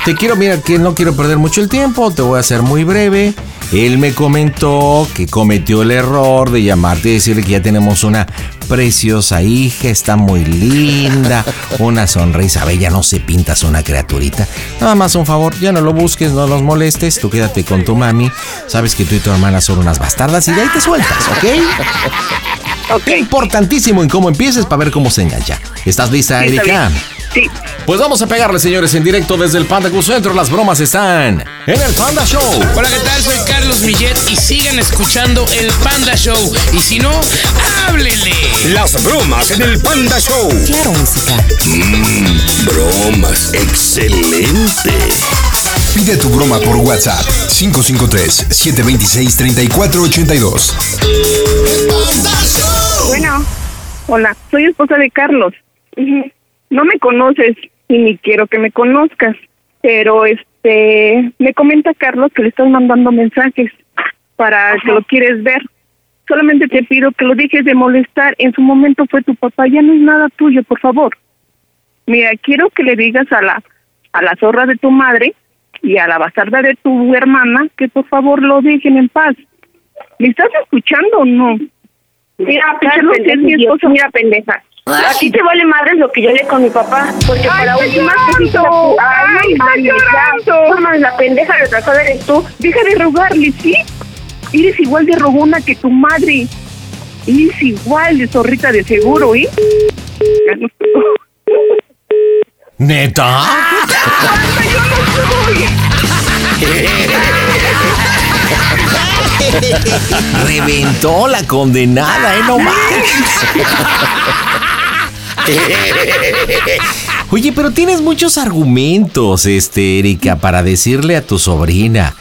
S2: Te quiero, mira, que no quiero perder mucho el tiempo, te voy a hacer muy breve. Él me comentó que cometió el error de llamarte y decirle que ya tenemos una preciosa hija, está muy linda, una sonrisa bella, no se pintas una criaturita. Nada más un favor, ya no lo busques, no los molestes, tú quédate con tu mami, sabes que tú y tu hermana son unas bastardas y de ahí te sueltas, ¿ok? Ok. Importantísimo en cómo empieces para ver cómo se engancha. ¿Estás lista,
S22: Sí, está
S2: Erika?
S22: bien.
S18: Sí.
S2: Pues vamos a pegarle, señores, en directo desde el Panda Club Centro. Las bromas están en el Panda Show.
S22: Hola, ¿qué tal? Soy Carlos Millet y sigan escuchando el Panda Show. Y si no, háblenle.
S5: Las bromas en el Panda Show.
S1: Claro, música.
S5: Mmm, bromas. Excelente.
S6: Pide tu broma por WhatsApp 553-726-3482.
S18: Bueno, hola, soy esposa de Carlos. No me conoces y ni quiero que me conozcas, pero este, me comenta Carlos que le estás mandando mensajes para que lo quieres ver. Solamente te pido que lo dejes de molestar. En su momento fue tu papá, ya no es nada tuyo, por favor. Mira, quiero que le digas a la a la zorra de tu madre y a la bastarda de tu hermana que por favor lo dejen en paz. ¿Me estás escuchando o no?
S10: Mira,
S18: Carlos es mi esposo.
S10: mira, pendeja. A ti te vale madres lo que yo le con mi papá, porque
S18: Ay,
S10: para
S18: está
S10: últimas
S18: llorando. Ay,
S10: Ay,
S18: está
S10: mami, ya.
S18: llorando.
S10: No, mames, la pendeja retrasada eres tú.
S18: Deja de rogarle, ¿sí? Eres igual de rogona que tu madre. Eres igual de zorrita de seguro, ¿eh?
S2: ¿Neta?
S18: Yo no soy.
S2: Reventó la condenada, ¿eh? No manches. Oye, pero tienes muchos argumentos, este, Erika, para decirle a tu sobrina.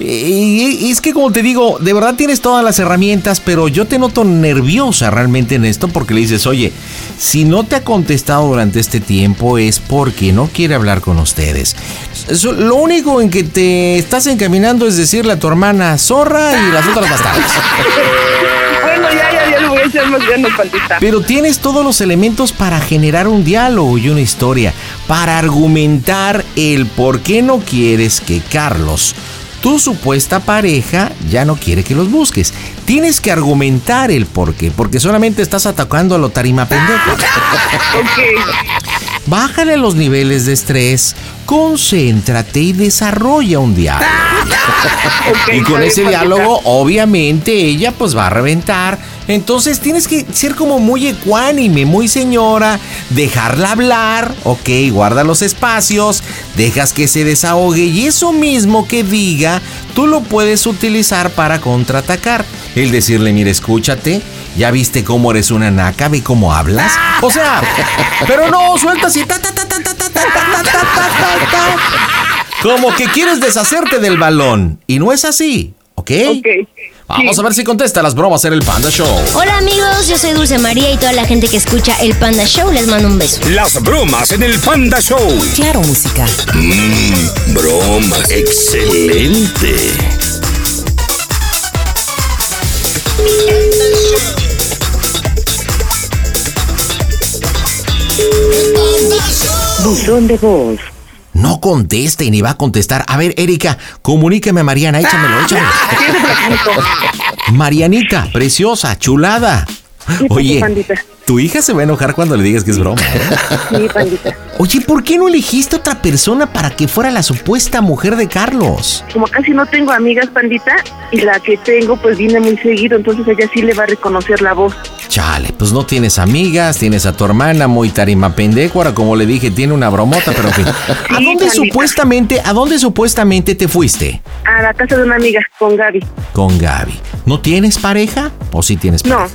S2: Y- Y, y es que como te digo, de verdad tienes todas las herramientas, pero yo te noto nerviosa realmente en esto porque le dices, oye, si no te ha contestado durante este tiempo es porque no quiere hablar con ustedes. Eso- lo único en que te estás encaminando es decirle a tu hermana zorra y las otras bastardas.
S14: Bueno, ya, ya, ya le voy a echar más ganas, pandita.
S2: Pero tienes todos los elementos para generar un diálogo y una historia, para argumentar el por qué no quieres que Carlos, tu supuesta pareja, ya no quiere que los busques. Tienes que argumentar el por qué, porque solamente estás atacando a lo tarima pendejo. Bájale los niveles de estrés, concéntrate y desarrolla un diálogo. y con
S14: está
S2: ese
S14: bien,
S2: diálogo, obviamente, ella pues va a reventar. Entonces tienes que ser como muy ecuánime, muy señora, dejarla hablar, ok, guarda los espacios, dejas que se desahogue y eso mismo que diga, tú lo puedes utilizar para contraatacar. El decirle, mira, escúchate, ya viste cómo eres una naca, ve cómo hablas. O
S14: Ah.
S2: sea, pero no, suelta así, ta, ta, ta, ta, ta, ta, ta, ta, ta, ta, ta. Como que quieres deshacerte del balón. Y no es así, ¿ok? Vamos a ver si contesta las bromas en el Panda Show.
S3: Hola amigos, yo soy Dulce María y toda la gente que escucha el Panda Show les mando un beso.
S5: Las bromas en el Panda Show.
S23: Claro, música.
S5: Mmm, bromas. Excelente.
S2: Buzón de voz. No conteste y ni va a contestar. A ver, Erika, comuníqueme a Mariana, échamelo, échamelo. Marianita, preciosa, chulada. Oye,
S24: pandita.
S2: tu hija se va a enojar cuando le digas que es broma. ¿eh?
S24: Sí, pandita.
S2: Oye, ¿por qué no elegiste otra persona para que fuera la supuesta mujer de Carlos?
S18: Como casi no tengo amigas, pandita, y la que tengo pues viene muy seguido, entonces ella sí le va a reconocer la voz.
S2: Chale, pues no tienes amigas, tienes a tu hermana muy tarima pendécuara, como le dije, tiene una bromota, pero en fin. ¿A dónde supuestamente, a dónde supuestamente te fuiste?
S18: A la casa de una amiga con Gaby.
S2: Con Gaby. ¿No tienes pareja? ¿O sí tienes pareja?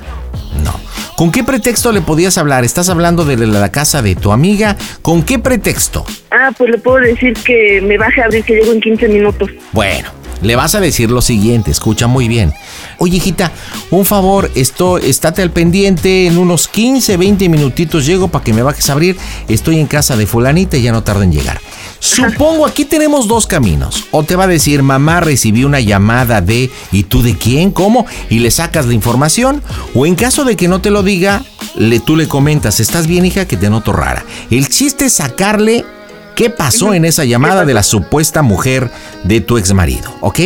S18: No,
S2: ¿Con qué pretexto le podías hablar? ¿Estás hablando de la casa de tu amiga? ¿Con qué pretexto?
S18: ah, pues le puedo decir que me baje a abrir, que llego en 15 minutos.
S2: Bueno, le vas a decir lo siguiente, escucha muy bien. Oye, hijita, un favor, esto, estate al pendiente, en unos 15, 20 minutitos llego para que me bajes a abrir. Estoy en casa de fulanita y ya no tardo en llegar. Supongo, aquí tenemos dos caminos. O te va a decir, mamá, recibí una llamada de, ¿y tú de quién? ¿Cómo? Y le sacas la información. O en caso de que no te lo diga, le, tú le comentas, ¿estás bien, hija? Que te noto rara. El chiste es sacarle ¿Qué pasó en esa llamada de la supuesta mujer de tu exmarido? ¿Ok?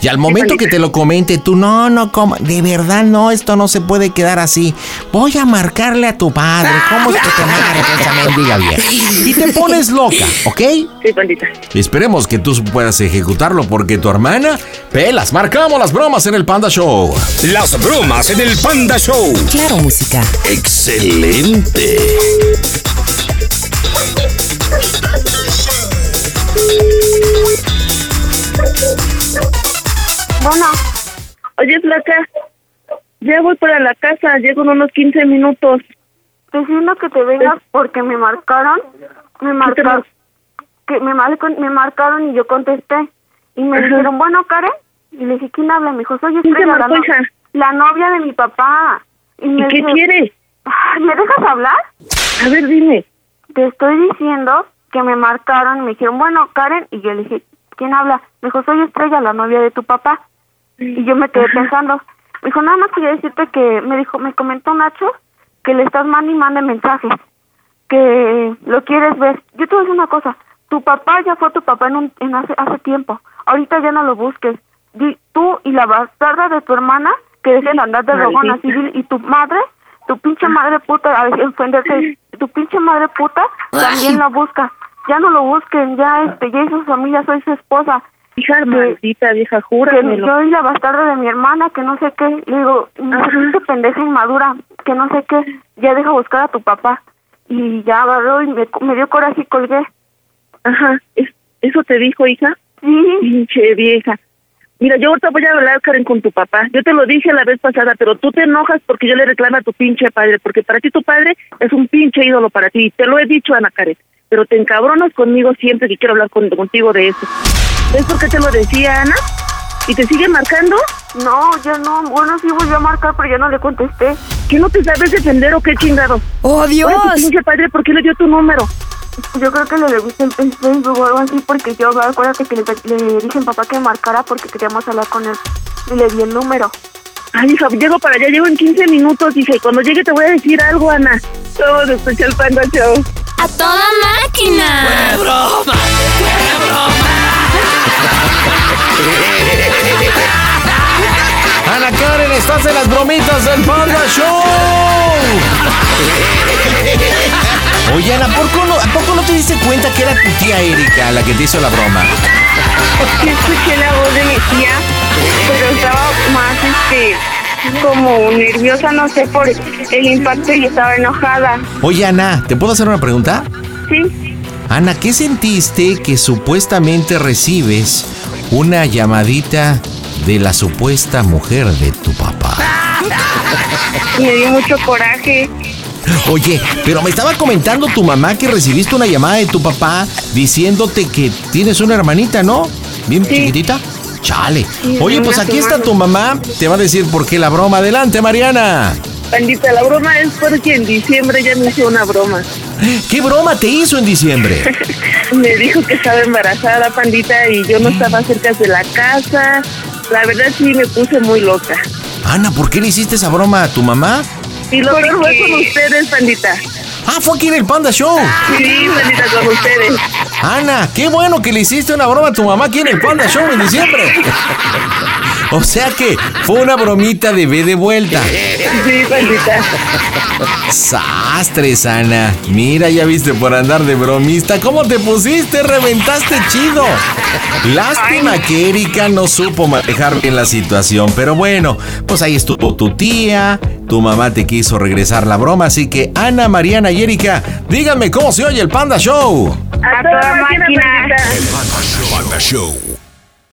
S2: Y al momento que te lo comente, tú no, no, como, de verdad no, esto no se puede quedar así. Voy a marcarle a tu padre.
S18: Ah,
S2: ¿Cómo es que te marca esa mendiga vieja? Y te pones loca, ¿ok?
S18: Sí, pandita.
S2: Esperemos que tú puedas ejecutarlo porque tu hermana, pelas, marcamos las bromas en el Panda Show.
S5: Las bromas en el Panda Show.
S23: Claro, música.
S5: Excelente.
S18: Bueno. Oye, Flaca, ya voy para la casa, llego en unos 15 minutos.
S10: Diciendo que te vengas porque me marcaron, me marcaron, que me, mar- me marcaron y yo contesté. Y me
S18: Ajá.
S10: dijeron, bueno, Karen, y le dije, ¿quién habla? Me dijo, soy
S18: ¿Quién te
S10: Estrella, la,
S18: marcó,
S10: no-
S18: hija?
S10: la novia de mi papá. ¿Y, me
S18: qué
S10: dice,
S18: quieres?
S10: "Ay, ¿Me dejas hablar?
S18: A ver, dime.
S10: Te estoy diciendo que me marcaron y me dijeron, bueno, Karen, y yo le dije, ¿quién habla? Me dijo, soy Estrella, la novia de tu papá. Y yo me quedé
S18: Ajá.
S10: pensando. Me dijo, nada más quería decirte que me dijo, me comentó Nacho que le estás mandando y mande mensajes, que lo quieres ver. Yo te voy a decir una cosa, tu papá ya fue tu papá en, un- en hace, hace tiempo, ahorita ya no lo busques. Di- tú y la bastarda de tu hermana que dejen de andar de rogona
S18: Maldita.
S10: civil y tu madre, tu pinche madre puta, a veces ofenderte, tu pinche madre puta también lo busca. Ya no lo busquen, ya este, ya es su familia, soy su esposa.
S18: Hija maldita, vieja,
S10: Que
S18: júramelo.
S10: yo soy la bastarda de mi hermana, que no sé qué. Le digo, pinche pendeja inmadura, que no sé qué. Ya deja buscar a tu papá. Y ya agarró y me, me dio coraje y colgué.
S18: Ajá, ¿es- ¿eso te dijo, hija? Pinche vieja. Mira, yo ahorita voy a hablar, Karen, con tu papá. Yo te lo dije la vez pasada, pero tú te enojas porque yo le reclamo a tu pinche padre, porque para ti tu padre es un pinche ídolo para ti. Y te lo he dicho, Ana Karen, pero te encabronas conmigo siempre que quiero hablar con- contigo de eso. ¿Ves por qué te lo decía, Ana? ¿Y te sigue marcando?
S25: No, ya no. Bueno, sí volvió a marcar, pero ya no le contesté.
S18: ¿Que no te sabes defender o qué chingado?
S25: ¡Oh, Dios!
S18: Ahora tu pinche padre, ¿por qué le dio tu número?
S25: Yo creo que le gusta en en Facebook o algo así, porque yo acuérdate que le, le dije a mi papá que marcara porque queríamos hablar con él. Y le di el número.
S18: Ay, hija, llego para allá, llego en 15 minutos, dije, y cuando llegue te voy a decir algo, Ana. Somos de Especial Panda Show.
S9: A toda máquina.
S22: broma!
S2: Ana Karen, estás en las bromitas del Panda Show. Oye, Ana, ¿por qué no- ¿a poco no te diste cuenta que era tu tía Erika la que te hizo la broma?
S10: Sí escuché la voz de mi tía, pero estaba más este como nerviosa, no sé, por el impacto y estaba enojada.
S2: Oye, Ana, ¿te puedo hacer una pregunta?
S10: Sí,
S2: Ana, ¿qué sentiste que supuestamente recibes una llamadita de la supuesta mujer de tu papá?
S10: me dio mucho coraje.
S2: Oye, pero me estaba comentando tu mamá que recibiste una llamada de tu papá diciéndote que tienes una hermanita, ¿no? Bien chiquitita. Chale.
S10: Sí,
S2: Oye,
S10: una
S2: pues aquí está
S10: hermana.
S2: tu mamá. Te va a decir por qué la broma. Adelante, Mariana.
S18: Pandita, la broma es porque en diciembre ya me hizo una broma.
S2: ¿Qué broma te hizo en diciembre?
S18: me dijo que estaba embarazada, Pandita, y yo no estaba cerca de la casa. La verdad sí me puse muy loca.
S2: Ana, ¿por qué le hiciste esa broma a tu mamá?
S18: Y lo peor fue con ustedes, Pandita.
S2: Ah, fue aquí en el Panda Show.
S18: Sí, Pandita, con ustedes.
S2: Ana, qué bueno que le hiciste una broma a tu mamá aquí en el Panda Show en diciembre. O sea que fue una bromita de B de vuelta.
S18: Sí, Pandita.
S2: Sastres, Ana. Mira, ya viste por andar de bromista. ¿Cómo te pusiste? Reventaste chido. Lástima que Erika no supo manejar bien la situación. Pero bueno, pues ahí estuvo tu tía. Tu mamá te quiso regresar la broma. Así que Ana, Mariana y Erika, díganme cómo se oye el Panda Show.
S18: A toda máquina.
S6: Panda Show.